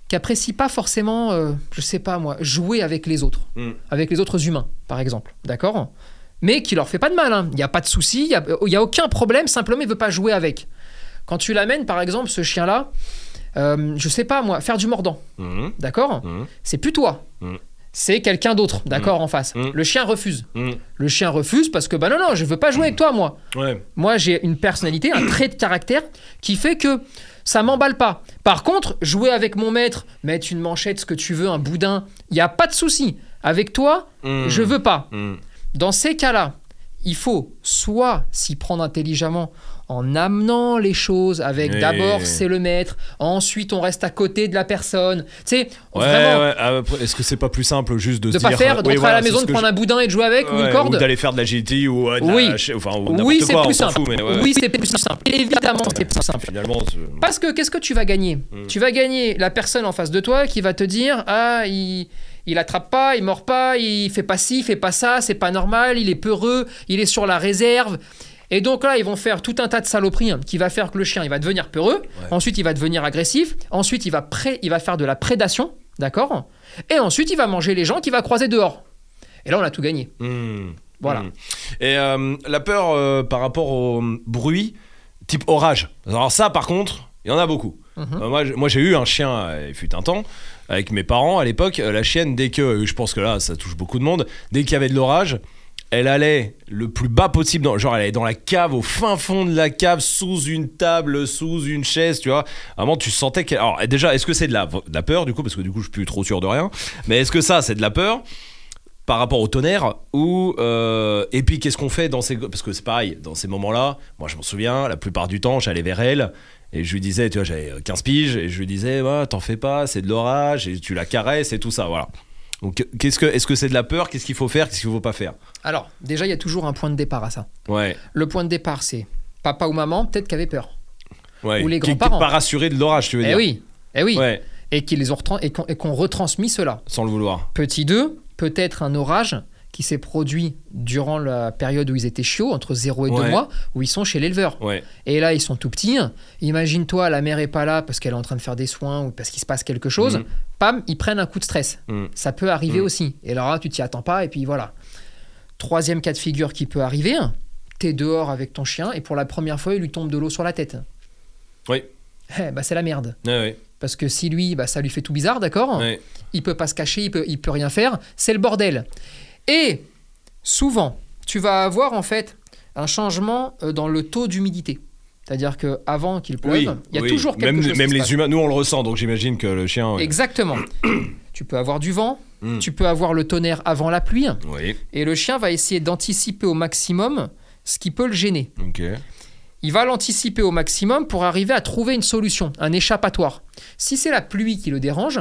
qui apprécie pas forcément, euh, je sais pas moi, jouer avec les autres,
Mm.
avec les autres humains, par exemple. D'accord Mais qui leur fait pas de mal. hein. Il n'y a pas de souci, il n'y a, il y a aucun problème, simplement il veut pas jouer avec. Quand tu l'amènes, par exemple, ce chien-là, euh, je sais pas moi, faire du mordant.
Mm.
D'accord
Mm.
C'est plus toi.
Mm.
C'est quelqu'un d'autre, d'accord, en face.
Mm.
Le chien refuse.
Mm.
Le chien refuse parce que, bah non, non, je veux pas jouer avec toi, moi.
Ouais.
Moi, j'ai une personnalité, un trait de caractère qui fait que ça m'emballe pas. Par contre, jouer avec mon maître, mettre une manchette, ce que tu veux, un boudin, il y a pas de souci. Avec toi,
Mm.
je veux pas.
Mm.
Dans ces cas-là, il faut soit s'y prendre intelligemment en amenant les choses avec
Oui.
d'abord c'est le maître, ensuite on reste à côté de la personne. Tu sais,
Ouais,
vraiment,
ouais. Ah, après, Est-ce que c'est pas plus simple juste de,
de
se dire.
pas faire, de
oui,
rentrer
voilà,
à la
c'est
maison,
ce
de
que
prendre un boudin et de jouer avec ou
Ouais,
une
Ou
corde.
d'aller faire de l'agility ou euh, de la-
Oui.
je- enfin, ou n'importe
Oui, c'est
quoi,
plus
on s'en
simple.
fout, mais ouais.
Oui, c'est plus simple. Évidemment, c'est plus simple.
Finalement, c'est-
Parce que qu'est-ce que tu vas gagner
Mm.
Tu vas gagner la personne en face de toi qui va te dire Ah, il, il attrape pas, il mord pas, il fait pas ci, il fait pas ça, c'est pas normal, il est peureux, il est sur la réserve. Et donc là, ils vont faire tout un tas de saloperies hein, qui va faire que le chien, il va devenir peureux, ensuite il va devenir agressif, ensuite il va, pré- il va faire de la prédation, d'accord Et ensuite il va manger les gens qu'il va croiser dehors. Et là, on a tout gagné.
Mm.
Voilà.
Mm. Et euh, la peur euh, par rapport au euh, bruit, type orage. Alors ça, par contre, il y en a beaucoup.
Mhm.
Euh, moi, j'ai- moi, j'ai eu un chien, euh, il fut un temps, avec mes parents à l'époque. euh, la chienne, dès que, je pense que là, ça touche beaucoup de monde, dès qu'il y avait de l'orage, elle allait le plus bas possible, dans, genre elle allait dans la cave, au fin fond de la cave, sous une table, sous une chaise, tu vois. Vraiment, tu sentais qu'elle. Alors, déjà, est-ce que c'est de la, de la peur, du coup Parce que du coup, je suis plus trop sûr de rien. Mais est-ce que ça, c'est de la peur par rapport au tonnerre ou euh, et puis qu'est-ce qu'on fait dans ces parce que c'est pareil dans ces moments-là moi je m'en souviens la plupart du temps j'allais vers elle et je lui disais tu vois j'avais 15 piges et je lui disais ouais, t'en fais pas c'est de l'orage et tu la caresses et tout ça voilà donc qu'est-ce que est-ce que c'est de la peur qu'est-ce qu'il faut faire qu'est-ce qu'il faut pas faire
Alors, déjà, il y a toujours un point de départ à ça.
ouais
Le point de départ, c'est papa ou maman, peut-être qu'avait peur.
ouais
Ou les
Qui- qui est
grands-parents.
pas rassuré de l'orage tu veux
Eh
dire
oui, eh oui.
ouais
Et qui les ont retran- et qu'on et qu'on retransmis cela.
sans le vouloir
Petit 2, peut-être un orage qui s'est produit durant la période où ils étaient chiots, entre 0 et 2
Ouais.
mois, où ils sont chez l'éleveur.
ouais
Et là, ils sont tout petits. hein. Imagine-toi, la mère est pas là parce qu'elle est en train de faire des soins ou parce qu'il se passe quelque chose.
Mhm.
Pam, ils prennent un coup de stress.
Mhm.
Ça peut arriver
Mhm.
aussi. Et là, tu t'y attends pas. Et puis voilà. Troisième cas de figure qui peut arriver. hein. T'es dehors avec ton chien et pour la première fois, il lui tombe de l'eau sur la tête.
Oui.
Eh, bah, c'est la merde.
ouais ouais,
Parce que si lui, bah, ça lui fait tout bizarre, d'accord
ouais.
il peut pas se cacher, il peut, il peut rien faire, c'est le bordel. Et souvent, tu vas avoir en fait un changement euh, dans le taux d'humidité. C'est-à-dire que avant qu'il pleuve,
oui
il y a
oui.
toujours quelque
même
chose
même
qui se
les
passe.
humains nous on le ressent donc j'imagine que le chien ouais. *clears throat*
Exactement. tu peux avoir du vent,
Mm.
tu peux avoir le tonnerre avant la pluie,
oui
et le chien va essayer d'anticiper au maximum ce qui peut le gêner.
ok
Il va l'anticiper au maximum pour arriver à trouver une solution, un échappatoire. Si c'est la pluie qui le dérange,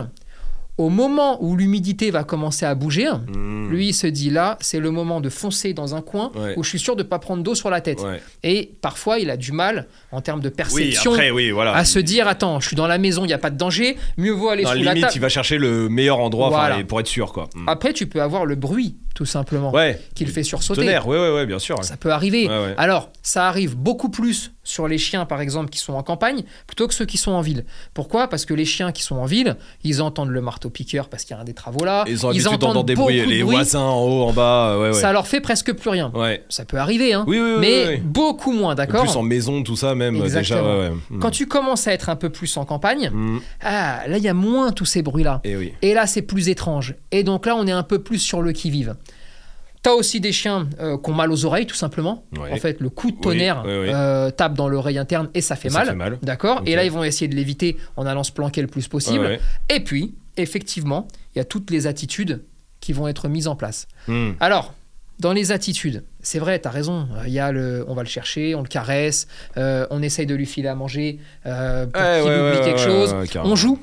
au moment où l'humidité va commencer à bouger,
Mm.
Mmh. Lui, il se dit là, c'est le moment de foncer dans un coin
Ouais.
où je suis sûr de ne pas prendre d'eau sur la tête.
ouais.
Et parfois, il a du mal, en termes de
oui
perception,
après oui voilà
à se dire attends, je suis dans la maison, il n'y a pas de danger, mieux vaut aller
Dans la
sous la
limite, il
table.
va chercher le meilleur endroit enfin,
Voilà.
et pour être sûr, quoi. Mm.
Après, tu peux avoir le bruit, tout simplement,
ouais.
qui le fait sursauter.
Tonnerre, ouais, ouais, ouais, bien sûr.
Ça peut arriver.
Ouais, ouais.
Alors, ça arrive beaucoup plus sur les chiens, par exemple, qui sont en campagne, plutôt que ceux qui sont en ville. Pourquoi Parce que les chiens qui sont en ville, ils entendent le marteau-piqueur parce qu'il y a un des travaux là.
Ils ont l'habitude
entendent
d'entendre des
beaucoup
bruits,
de
les
bruit.
voisins en haut, en bas, euh, ouais, ouais.
Ça leur fait presque plus rien.
Ouais.
Ça peut arriver, hein.
Oui, oui, oui.
mais
oui, oui.
beaucoup moins,
En
d'accord
plus en maison, tout ça, même, déjà,
Exactement.
ouais, ouais. Mm.
Quand tu commences à être un peu plus en campagne,
Mm.
ah, là, il y a moins tous ces bruits-là.
Et Eh oui.
Et là, c'est plus étrange. Et donc là, on est un peu plus sur le qui-vive. T'as aussi des chiens euh, qui ont mal aux oreilles, tout simplement.
Ouais.
En fait, le coup de
Oui,
tonnerre
oui, oui.
euh, tape dans l'oreille interne et ça fait
Ça
mal.
fait mal.
D'accord
Ok.
Et là, ils vont essayer de l'éviter en allant se planquer le plus possible.
Ouais, ouais.
Et puis, effectivement, il y a toutes les attitudes qui vont être mises en place.
Mm.
Alors, dans les attitudes, c'est vrai, t'as raison. euh, Il y a le, on va le chercher, on le caresse, euh, on essaye de lui filer à manger euh, pour
Ouais,
qu'il
ouais,
oublie
ouais,
quelque
ouais,
chose.
ouais, ouais, carrément.
on joue,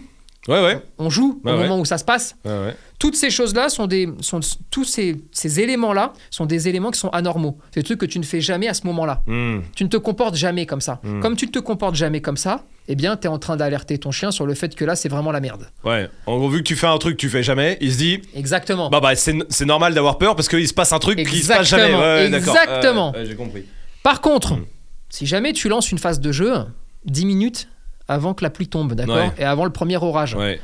Ouais, ouais.
on joue
Ouais,
au
ouais.
moment où ça se passe.
ouais, ouais.
Toutes ces choses-là sont des, sont tous ces, ces éléments-là sont des éléments qui sont anormaux. C'est des trucs que tu ne fais jamais à ce moment-là.
Mm.
Tu ne te comportes jamais comme ça.
Mm.
Comme tu ne te comportes jamais comme ça, eh bien, t'es en train d'alerter ton chien sur le fait que là, c'est vraiment la merde.
Ouais. En gros, vu que tu fais un truc que tu fais jamais, il se dit,
Exactement.
bah, bah, c'est c'est normal d'avoir peur parce qu'il se passe un truc qui se passe jamais. Ouais, ouais, d'accord.
Exactement.
Ouais, ouais, J'ai compris.
Par contre,
Mm.
si jamais tu lances une phase de jeu, 10 minutes avant que la pluie tombe, d'accord
Ouais.
Et avant le premier orage.
Ouais. Mhm.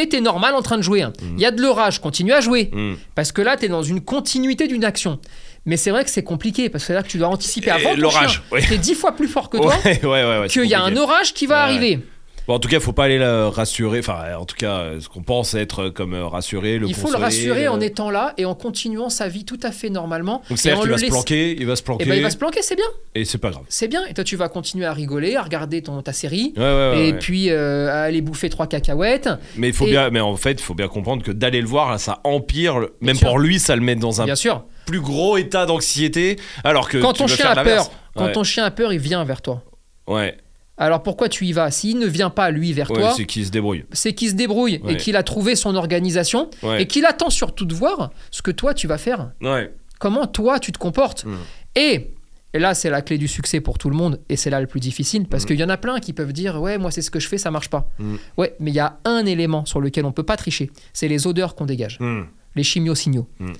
Et t'es normal en train de jouer. Il y a de l'orage, continue à jouer.
Mm.
Parce que là, t'es dans une continuité d'une action. Mais c'est vrai que c'est compliqué, parce que là, que tu dois anticiper avant
Et
ton
l'orage,
chien.
ouais.
T'es 10 fois plus fort que toi,
Ouais, *laughs* ouais, ouais. ouais, c'est
qu'il y a un
compliqué.
orage qui va
Ouais,
arriver.
Bon, en tout cas, faut pas aller le rassurer. Enfin, euh, en tout cas, euh, ce qu'on pense être euh, comme euh, rassurer, le
Il faut le
consoler,
rassurer
le-
en étant là et en continuant sa vie tout à fait normalement.
Donc,
et
c'est-à-dire
en
qu'il
le
va se
laissant-
planquer, il va se
Eh
planquer,
ben, il va se planquer, c'est bien,
et c'est pas grave.
c'est bien. Et toi, tu vas continuer à rigoler, à regarder ton, ta série,
Ouais, ouais, ouais,
et
ouais.
puis euh, à aller bouffer trois cacahuètes,
mais il faut
et-
bien, mais en fait, il faut bien comprendre que d'aller le voir, là, ça empire, le- même
sûr.
pour lui, ça le met dans un
Bien sûr.
plus gros état d'anxiété. Alors que
Quand
tu
ton
veux
chien
faire
a
l'inverse.
peur, quand
Ouais.
ton chien a peur, il vient vers toi.
ouais,
Alors pourquoi tu y vas S'il ne vient pas lui vers
ouais,
toi,
c'est qu'il se débrouille.
c'est qu'il se débrouille
Ouais.
et qu'il a trouvé son organisation
Ouais,
et qu'il attend surtout de voir ce que toi tu vas faire,
ouais,
comment toi tu te comportes.
Mm.
Et et là, c'est la clé du succès pour tout le monde, et c'est là le plus difficile,
Hmm.
parce qu'il y en a plein qui peuvent dire Ouais, moi, c'est ce que je fais, ça marche pas.
Mm.
Ouais, mais il y a un élément sur lequel on peut pas tricher c'est les odeurs qu'on dégage.
Hmm.
les chimiosignaux.
Mm.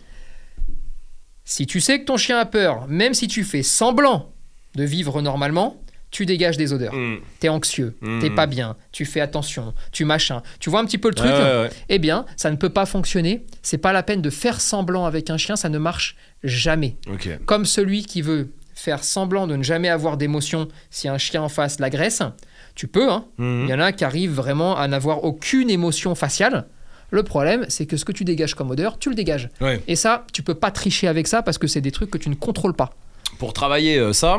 Si tu sais que ton chien a peur, même si tu fais semblant de vivre normalement, tu dégages des odeurs.
Hmm.
T'es anxieux,
Mm.
t'es pas bien, tu fais attention, tu machin. Tu vois un petit peu le
Ouais,
truc
ouais, ouais.
Eh bien, ça ne peut pas fonctionner. C'est pas la peine de faire semblant avec un chien, ça ne marche jamais.
Ok.
Comme celui qui veut faire semblant de ne jamais avoir d'émotion si un chien en face l'agresse, tu peux, hein,
Hmm.
il y en a qui arrivent vraiment à n'avoir aucune émotion faciale. Le problème, c'est que ce que tu dégages comme odeur, tu le dégages.
Ouais.
Et ça, tu peux pas tricher avec ça parce que c'est des trucs que tu ne contrôles pas.
Pour travailler euh, ça,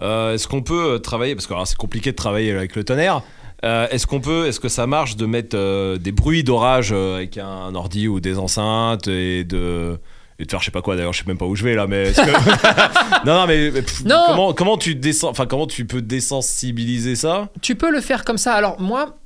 euh, est-ce qu'on peut euh, travailler parce que alors, c'est compliqué de travailler avec le tonnerre. euh, est-ce qu'on peut, est-ce que ça marche de mettre euh, des bruits d'orage euh, avec un, un ordi ou des enceintes et de et de faire je sais pas quoi d'ailleurs je sais même pas où je vais là mais est-ce
*laughs*
que- non non mais, mais, pff,
Non.
comment comment tu descends enfin comment tu peux désensibiliser ça
Tu peux le faire comme ça. Alors moi,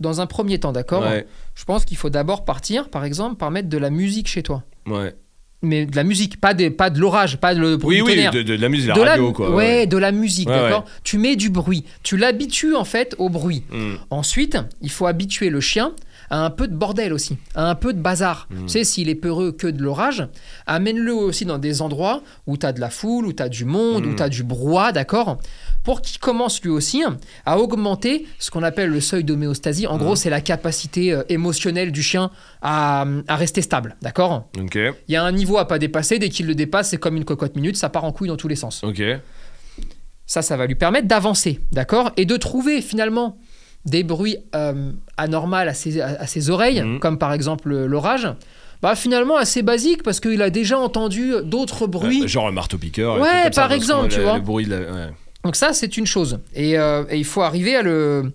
dans un premier temps, d'accord
ouais
Je pense qu'il faut d'abord partir, par exemple, par mettre de la musique chez toi.
ouais
Mais de la musique, pas, des, pas de l'orage, pas de le
oui
bruit du
oui
tonnerre.
de, de la musique de
De
la radio quoi
ouais, de la musique,
Ouais,
d'accord Tu mets du bruit. Tu l'habitues en fait au bruit.
Mm.
Ensuite, il faut habituer le chien à un peu de bordel aussi, à un peu de bazar. Tu sais, s'il est peureux que de l'orage, amène-le aussi dans des endroits où tu as de la foule, où tu as du monde, où
Mm.
tu as du brouhaha, d'accord Pour qu'il commence lui aussi à augmenter ce qu'on appelle le seuil d'homéostasie. En gros, c'est la capacité euh, émotionnelle du chien à, à rester stable, d'accord
ok
Il y a un niveau à pas dépasser, dès qu'il le dépasse, c'est comme une cocotte minute, ça part en couille dans tous les sens.
ok
Ça, ça va lui permettre d'avancer, d'accord Et de trouver finalement des bruits euh, anormaux à ses, à- à ses oreilles,
Mhm.
comme par exemple euh, l'orage, bah finalement assez basique parce qu'il a déjà entendu d'autres bruits.
Euh, genre un marteau piqueur et
Ouais,
tout comme ça,
par
parce
exemple,
qu'on a
tu
le-
vois.
le bruit de la- ouais.
Donc ça, c'est une chose. Et, euh, et il faut arriver à le,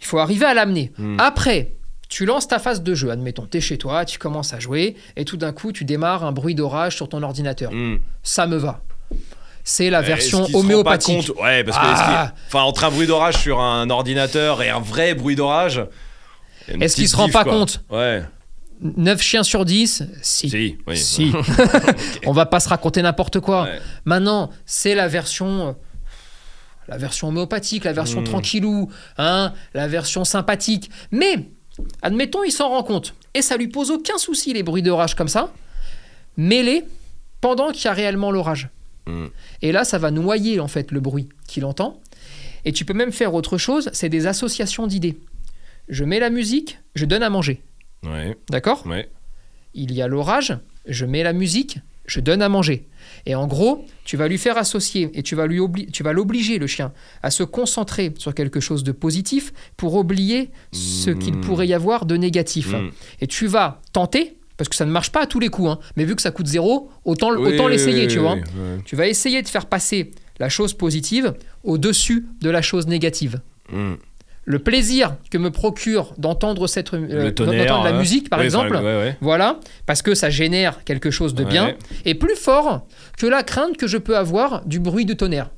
il faut arriver à l'amener.
Hmm.
Après, tu lances ta phase de jeu. Admettons, t'es chez toi, tu commences à jouer, et tout d'un coup, tu démarres un bruit d'orage sur ton ordinateur.
Mm.
Ça me va. C'est la
Euh,
version
est-ce qu'ils se rendent pas
homéopathique.
compte Ouais, parce que est-ce
Ah.
qu'ils- enfin, entre un bruit d'orage sur un ordinateur et un vrai bruit d'orage. il y a une
Est-ce qu'il
petite
se rend
diff,
pas
quoi.
compte
Ouais,
9 chiens sur 10, si.
si, oui.
Si. *laughs* On va pas se raconter n'importe quoi.
Ouais.
Maintenant, c'est la version euh, la version homéopathique, la version
Mm.
tranquillou, hein, la version sympathique. Mais admettons, il s'en rend compte et ça lui pose aucun souci les bruits d'orage comme ça, mêlés pendant qu'il y a réellement l'orage.
Mm.
Et là, ça va noyer en fait le bruit qu'il entend. Et tu peux même faire autre chose, c'est des associations d'idées. Je mets la musique, je donne à manger,
Ouais,
d'accord
ouais.
il y a l'orage, je mets la musique, je donne à manger. Et en gros, tu vas lui faire associer et tu vas lui obli- tu vas l'obliger le chien à se concentrer sur quelque chose de positif pour oublier ce qu'il
Mhm.
pourrait y avoir de négatif.
Mm.
Et tu vas tenter parce que ça ne marche pas à tous les coups, hein, mais vu que ça coûte zéro, autant,
Oui,
autant
Mm. oui,
l'essayer,
oui,
tu
oui,
vois.
oui, oui.
Tu vas essayer de faire passer la chose positive au-dessus de la chose négative
Mm.
le plaisir que me procure d'entendre cette euh,
Le tonnerre,
d'entendre la
ouais.
musique par
Oui,
exemple
ouais, ouais.
voilà parce que ça génère quelque chose de bien
Ouais.
et plus fort que la crainte que je peux avoir du bruit du tonnerre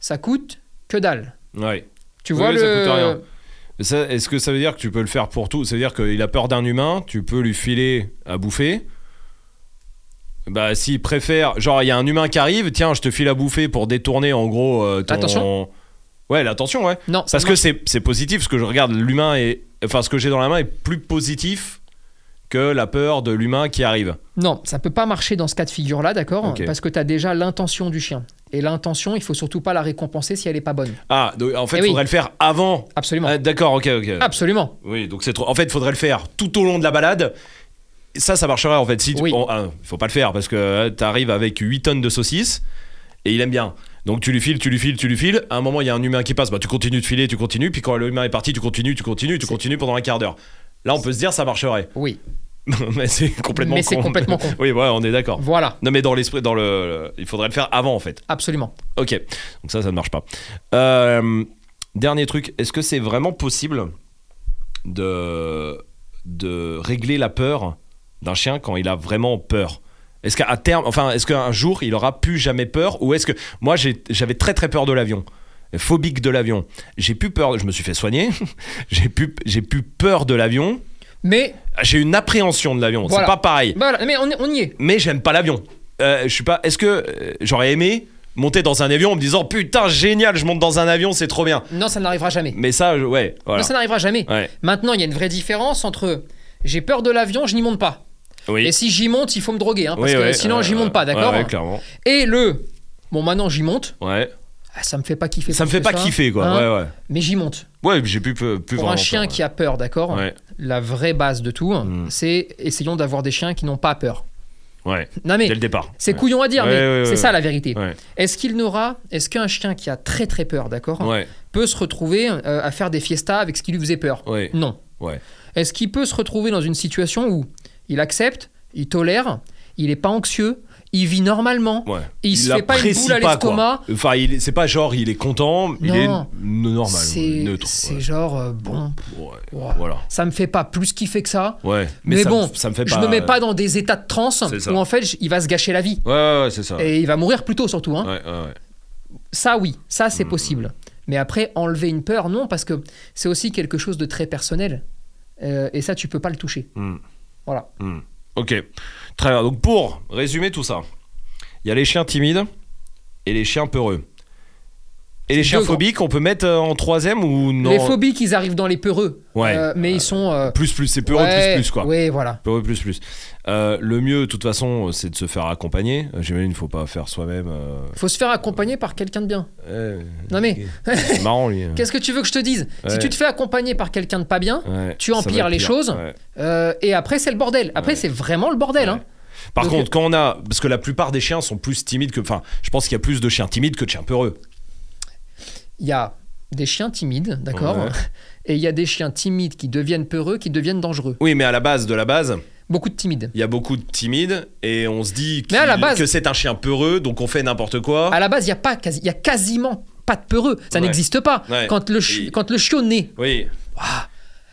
ça coûte que dalle
Ouais.
tu
Oui,
vois
oui,
le
ça coûte rien. Ça, Est-ce que ça veut dire que tu peux le faire pour tout C'est-à-dire qu'il a peur d'un humain, tu peux lui filer à bouffer. Bah, s'il préfère. Genre, il y a un humain qui arrive, tiens, je te file à bouffer pour détourner en gros euh, ton.
L'attention
Ouais, l'attention, ouais.
non ça
Parce que c'est c'est positif, ce que je regarde, l'humain est. Enfin, ce que j'ai dans la main est plus positif que la peur de l'humain qui arrive.
Non, ça peut pas marcher dans ce cas de figure-là, d'accord
Ok.
Parce que tu as déjà l'intention du chien. Et l'intention, il faut surtout pas la récompenser si elle est pas bonne.
Ah, donc, en fait,
Eh
il
oui.
faudrait le faire avant.
Absolument.
Ah, D'accord, ok, ok.
Absolument.
Oui, donc c'est trop. En fait, il faudrait le faire tout au long de la balade. Ça, ça marcherait en fait. Si tu-
Oui.
bon, ah, faut pas le faire parce que euh, t'arrives avec 8 tonnes de saucisses et il aime bien. Donc tu lui files, tu lui files, tu lui files. À un moment, il y a un humain qui passe, bah, tu continues de filer, tu continues. Puis quand l'humain est parti, tu continues, tu continues, tu
C'est-
continues pendant un quart d'heure. Là, on peut se dire, ça marcherait.
Oui.
*laughs* Mais c'est complètement
Mais c'est
con.
complètement con.
*laughs* Oui, ouais, on est d'accord.
Voilà,
Non, mais dans l'esprit, dans le, le- il faudrait le faire avant en fait.
absolument.
Ok, donc ça, ça ne marche pas. Euh, dernier truc, est-ce que c'est vraiment possible de de régler la peur d'un chien quand il a vraiment peur Est-ce qu'à à terme, enfin, est-ce qu'un jour il aura plus jamais peur ou est-ce que moi j'ai- j'avais très très peur de l'avion phobique de l'avion. J'ai plus peur, je me suis fait soigner. *laughs* j'ai plus j'ai plus peur de l'avion.
Mais
J'ai une appréhension de l'avion,
Voilà.
c'est pas pareil
voilà, mais on, est- on y est.
mais j'aime pas l'avion. Euh, je suis pas. Est-ce que euh, j'aurais aimé monter dans un avion en me disant putain génial, je monte dans un avion, c'est trop bien.
Non, ça n'arrivera jamais.
Mais ça, je- ouais, voilà.
Non, ça n'arrivera jamais.
Ouais.
Maintenant, il y a une vraie différence entre j'ai peur de l'avion, je n'y monte pas.
Oui.
Et si j'y monte, il faut me droguer, hein, parce
Oui,
que
ouais,
sinon
ouais,
j'y monte
ouais,
pas, d'accord
Ouais, ouais, clairement.
Et le bon, maintenant j'y monte,
Ouais.
ah, ça me fait pas kiffer.
Ça me
plus
fait
que
pas kiffer quoi.
hein,
ouais, ouais.
Mais j'y monte.
Ouais, j'ai plus peu- plus
Pour
vraiment
un chien
peur,
qui a peur, d'accord
Ouais.
La vraie base de tout, hein,
Mm.
c'est essayons d'avoir des chiens qui n'ont pas peur.
Ouais. Ouais,
Non mais
Dès le départ.
c'est
ouais.
couillon à dire,
Ouais,
mais
ouais, ouais,
c'est
ouais.
ça la vérité.
Ouais.
Est-ce qu'il n'aura, est-ce qu'un chien qui a très très peur, d'accord,
Ouais.
peut se retrouver euh, à faire des fiestas avec ce qui lui faisait peur
Ouais.
Non.
Ouais.
Est-ce qu'il peut se retrouver dans une situation où il accepte, il tolère, il n'est pas anxieux, il vit normalement,
Ouais.
il, se fait pas une
l'apprécie
boule à
pas, quoi.
l'estomac
Enfin, il- c'est pas genre il est content, il est
Non.
normal, euh,
C'est
neutre.
c'est
ouais.
genre, euh, bon,
Ouais,
ouais,
Voilà.
ça me fait pas plus kiffer que ça.
Ouais.
Mais,
ça me-
bon,
ça me fait
je
pas. euh,
me mets pas dans des états de transe
C'est ça.
où en fait j- il va se gâcher la vie.
Ouais, ouais, ouais, c'est ça.
Et il va mourir plus tôt surtout. hein.
Ouais, ouais, ouais.
Ça oui, ça c'est
Mm.
possible. Mais après, enlever une peur, non, parce que c'est aussi quelque chose de très personnel. Euh, et ça, tu peux pas le toucher.
Hmm.
Voilà.
Hmm. Ok. Très bien. Donc, pour résumer tout ça, il y a les chiens timides et les chiens peureux. Et les
C'est
chiens
deux grands.
phobiques, on peut mettre euh, en troisième ou non
Les phobies qu'ils arrivent dans les peureux.
Ouais.
Euh, mais ils sont. euh,
Plus, plus, c'est peureux,
ouais,
plus, plus, quoi.
Oui, voilà.
Peureux, plus, plus. Euh, le mieux, de toute façon, euh, c'est de se faire accompagner. Euh, J'imagine, il faut pas faire soi-même. euh,
Faut se faire accompagner par quelqu'un de bien.
euh,
Non, mais- *laughs*
C'est marrant, lui.
Qu'est-ce que tu veux que je te dise Si
Ouais.
tu te fais accompagner par quelqu'un de pas bien,
Ouais,
Tu
ça va
empires
être
les
pire.
choses.
Ouais.
euh, et après c'est le bordel. Après
Ouais.
c'est vraiment le bordel. hein.
Par
Donc-
contre, quand on a. Parce que la plupart des chiens sont plus timides que. Enfin, je pense qu'il y a plus de chiens timides que de chiens peureux.
Il y a des chiens timides, d'accord
Ouais.
*laughs* Et il y a des chiens timides qui deviennent peureux, qui deviennent dangereux.
Oui, mais à la base de la base,
Beaucoup de timides.
il y a beaucoup de timides et on se dit
Mais à
qu'il-
la base-
que c'est un chien peureux, donc on fait n'importe quoi.
À la base, il y a pas quasi, il y a quasiment pas de peureux. Ça
Ah. Ouais.
n'existe pas.
Ouais.
Quand le chi-
Et-
quand le chiot naît,
Oui.
Ah.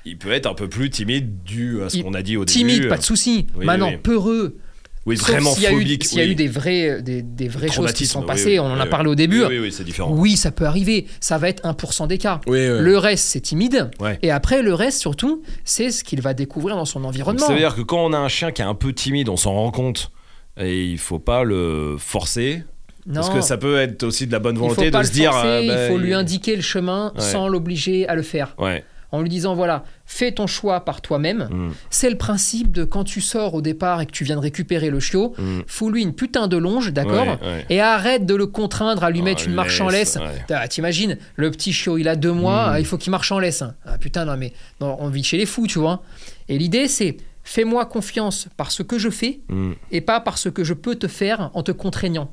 Il peut être un peu plus timide dû à ce
Il-
qu'on a dit au début.
timide, pas de souci.
oui,
Maintenant,
oui.
peureux.
Oui,
Sauf
vraiment
s'il y a eu,
phobique.
s'il y a
oui.
eu des vraies, des, des vraies choses qui
Traumatismes,
sont
oui,
passées,
oui,
on en a
oui,
parlé au
Oui,
début.
oui, oui, c'est différent.
Oui, ça peut arriver. Ça va être 1% des cas.
Oui, oui.
Le reste, c'est timide.
Ouais.
Et après, le reste, surtout, c'est ce qu'il va découvrir dans son
Donc,
environnement.
ça veut dire que quand on a un chien qui est un peu timide, on s'en rend compte et il faut pas le forcer.
non.
Parce que ça peut être aussi de la bonne
Il faut
volonté
pas
de
le
se dire.
forcer,
ah, bah,
il faut lui
il-
indiquer le chemin
Ouais.
sans l'obliger à le faire.
Ouais.
En lui disant voilà, fais ton choix par toi-même.
Mm.
C'est le principe de quand tu sors au départ et que tu viens de récupérer le chiot,
Mm.
fous-lui une putain de longe, d'accord
Ouais, ouais.
Et arrête de le contraindre à lui
Oh,
mettre une marche en laisse.
ouais.
Putain, T'imagines, le petit chiot, il a deux
Mm.
mois, il faut qu'il marche en laisse. Ah putain, non mais non, on vit chez les fous, tu vois. Et l'idée, c'est fais-moi confiance par ce que je fais
Mm.
et pas par ce que je peux te faire en te contraignant.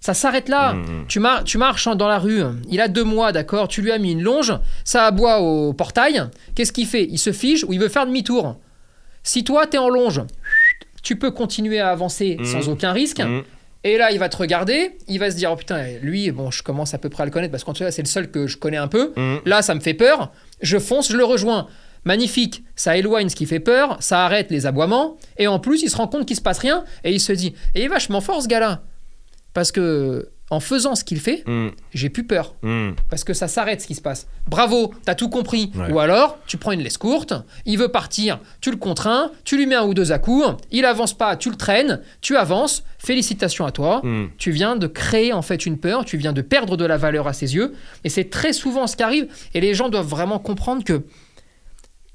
Ça s'arrête là.
Mm.
Tu, mar- tu marches hein, dans la rue, il a deux mois, d'accord, tu lui as mis une longe, ça aboie au portail. Qu'est-ce qu'il fait Il se fige ou il veut faire demi-tour Si toi, t'es en longe, tu peux continuer à avancer
Mm.
sans aucun risque.
Mm.
Et là, il va te regarder, il va se dire, oh putain, lui, bon, je commence à peu près à le connaître, parce qu'en tout cas, c'est le seul que je connais un peu.
Mm.
Là, ça me fait peur, je fonce, je le rejoins. Magnifique, ça éloigne ce qui fait peur, ça arrête les aboiements, et en plus, il se rend compte qu'il se passe rien, et il se dit, et il est vachement fort ce gars-là. Parce que, en faisant ce qu'il fait,
Mm.
j'ai plus peur,
Mm.
parce que ça s'arrête ce qui se passe. Bravo, t'as tout compris.
Ouais.
Ou alors, tu prends une laisse courte, il veut partir, tu le contrains, tu lui mets un ou deux à coups, il avance pas, tu le traînes, tu avances, félicitations à toi.
Mm.
Tu viens de créer en fait une peur, tu viens de perdre de la valeur à ses yeux, et c'est très souvent ce qui arrive. Et les gens doivent vraiment comprendre que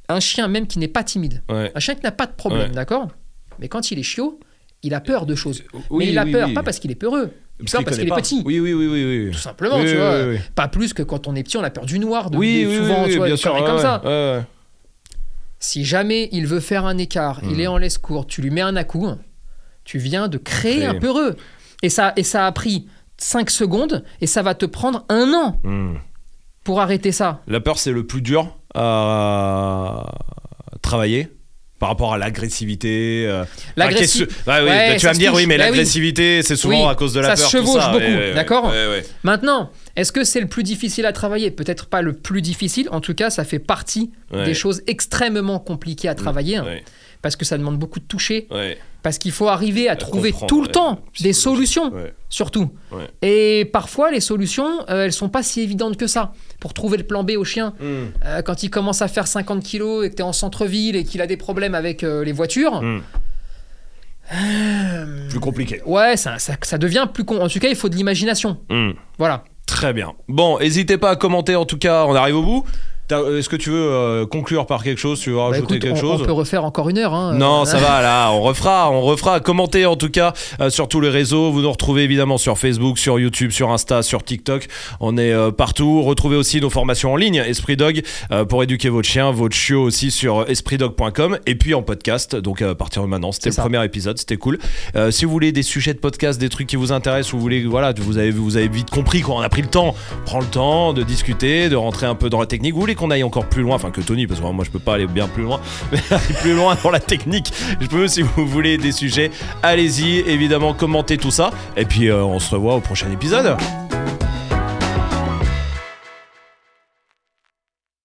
un chien même qui n'est pas timide,
Ouais.
un chien qui n'a pas de problème,
Ouais.
d'accord, mais quand il est chiot, il a peur de choses.
Oui,
mais il a
oui,
peur
oui.
pas parce qu'il est peureux, il a
Parce
peur
qu'il connaît
parce qu'il est
pas.
petit,
Oui, oui, oui, oui. oui.
tout simplement,
Oui,
tu
oui,
vois.
oui, oui.
Pas plus que quand on est petit, on a peur du noir, de,
Oui,
de-
oui,
souvent,
oui,
tu vois,
bien
des
sûr.
conneries
ouais,
comme ça.
ouais, ouais.
Si jamais il veut faire un écart, il
Mm.
est en laisse courte, tu lui mets un à-coup, tu viens de créer
Créer.
un peureux. Et ça, et ça a pris 5 secondes et ça va te prendre un an
Mm.
pour arrêter ça.
La peur, c'est le plus dur à travailler par rapport à l'agressivité. euh,
L'agressi-
enfin, qu'est-ce que- Ouais, oui,
Ouais,
bah, tu
ça
vas
se
me dire,
touche.
oui, mais
Bah oui.
l'agressivité, c'est souvent
Oui,
à cause de la
ça se
peur. tout
chevauche
ça.
beaucoup,
Ouais, ouais,
d'accord
ouais, ouais.
Maintenant, est-ce que c'est le plus difficile à travailler Peut-être pas le plus difficile, en tout cas, ça fait partie
Ouais.
des choses extrêmement compliquées à travailler, hein,
Ouais,
parce que ça demande beaucoup de toucher,
ouais.
parce qu'il faut arriver à trouver tout le
comprendre,
temps
ouais,
des
psychologie.
solutions,
Ouais.
surtout.
Ouais.
Et parfois, les solutions, euh, elles sont pas si évidentes que ça. Pour trouver le plan B au chien,
Mm.
Euh, quand il commence à faire 50 kilos et que t'es en centre-ville et qu'il a des problèmes avec euh, les voitures,
Mm. Plus compliqué.
ouais, ça, ça- ça devient plus con. En tout cas, il faut de l'imagination.
Mm.
Voilà.
Très bien. Bon, n'hésitez pas à commenter. En tout cas, on arrive au bout. T'as- euh, Est-ce que tu veux euh, conclure par quelque chose Tu veux
Bah,
rajouter
écoute,
quelque
on,
chose
on peut refaire encore une heure. hein.
Non,
Euh,
ça va, là, on refera, on refera. Commentez en tout cas euh, sur tous les réseaux. Vous nous retrouvez évidemment sur Facebook, sur YouTube, sur Insta, sur TikTok. On est euh, partout. Retrouvez aussi nos formations en ligne, Esprit Dog, euh, pour éduquer votre chien, votre chiot aussi sur euh, espritdog.com et puis en podcast. Donc euh, à partir de maintenant, c'était
C'est
le
ça.
premier épisode, c'était cool. Euh, si vous voulez des sujets de podcast, des trucs qui vous intéressent, ou vous voulez, voilà, vous avez, vous avez vite compris quand on a pris le temps, prends le temps de discuter, de rentrer un peu dans la technique. Vous voulez qu'on aille encore plus loin, enfin que Tony, parce que moi je peux pas aller bien plus loin, *laughs* mais aller plus loin dans la technique, je peux si vous voulez des sujets, allez-y, évidemment, commentez tout ça, et puis euh, on se revoit au prochain épisode.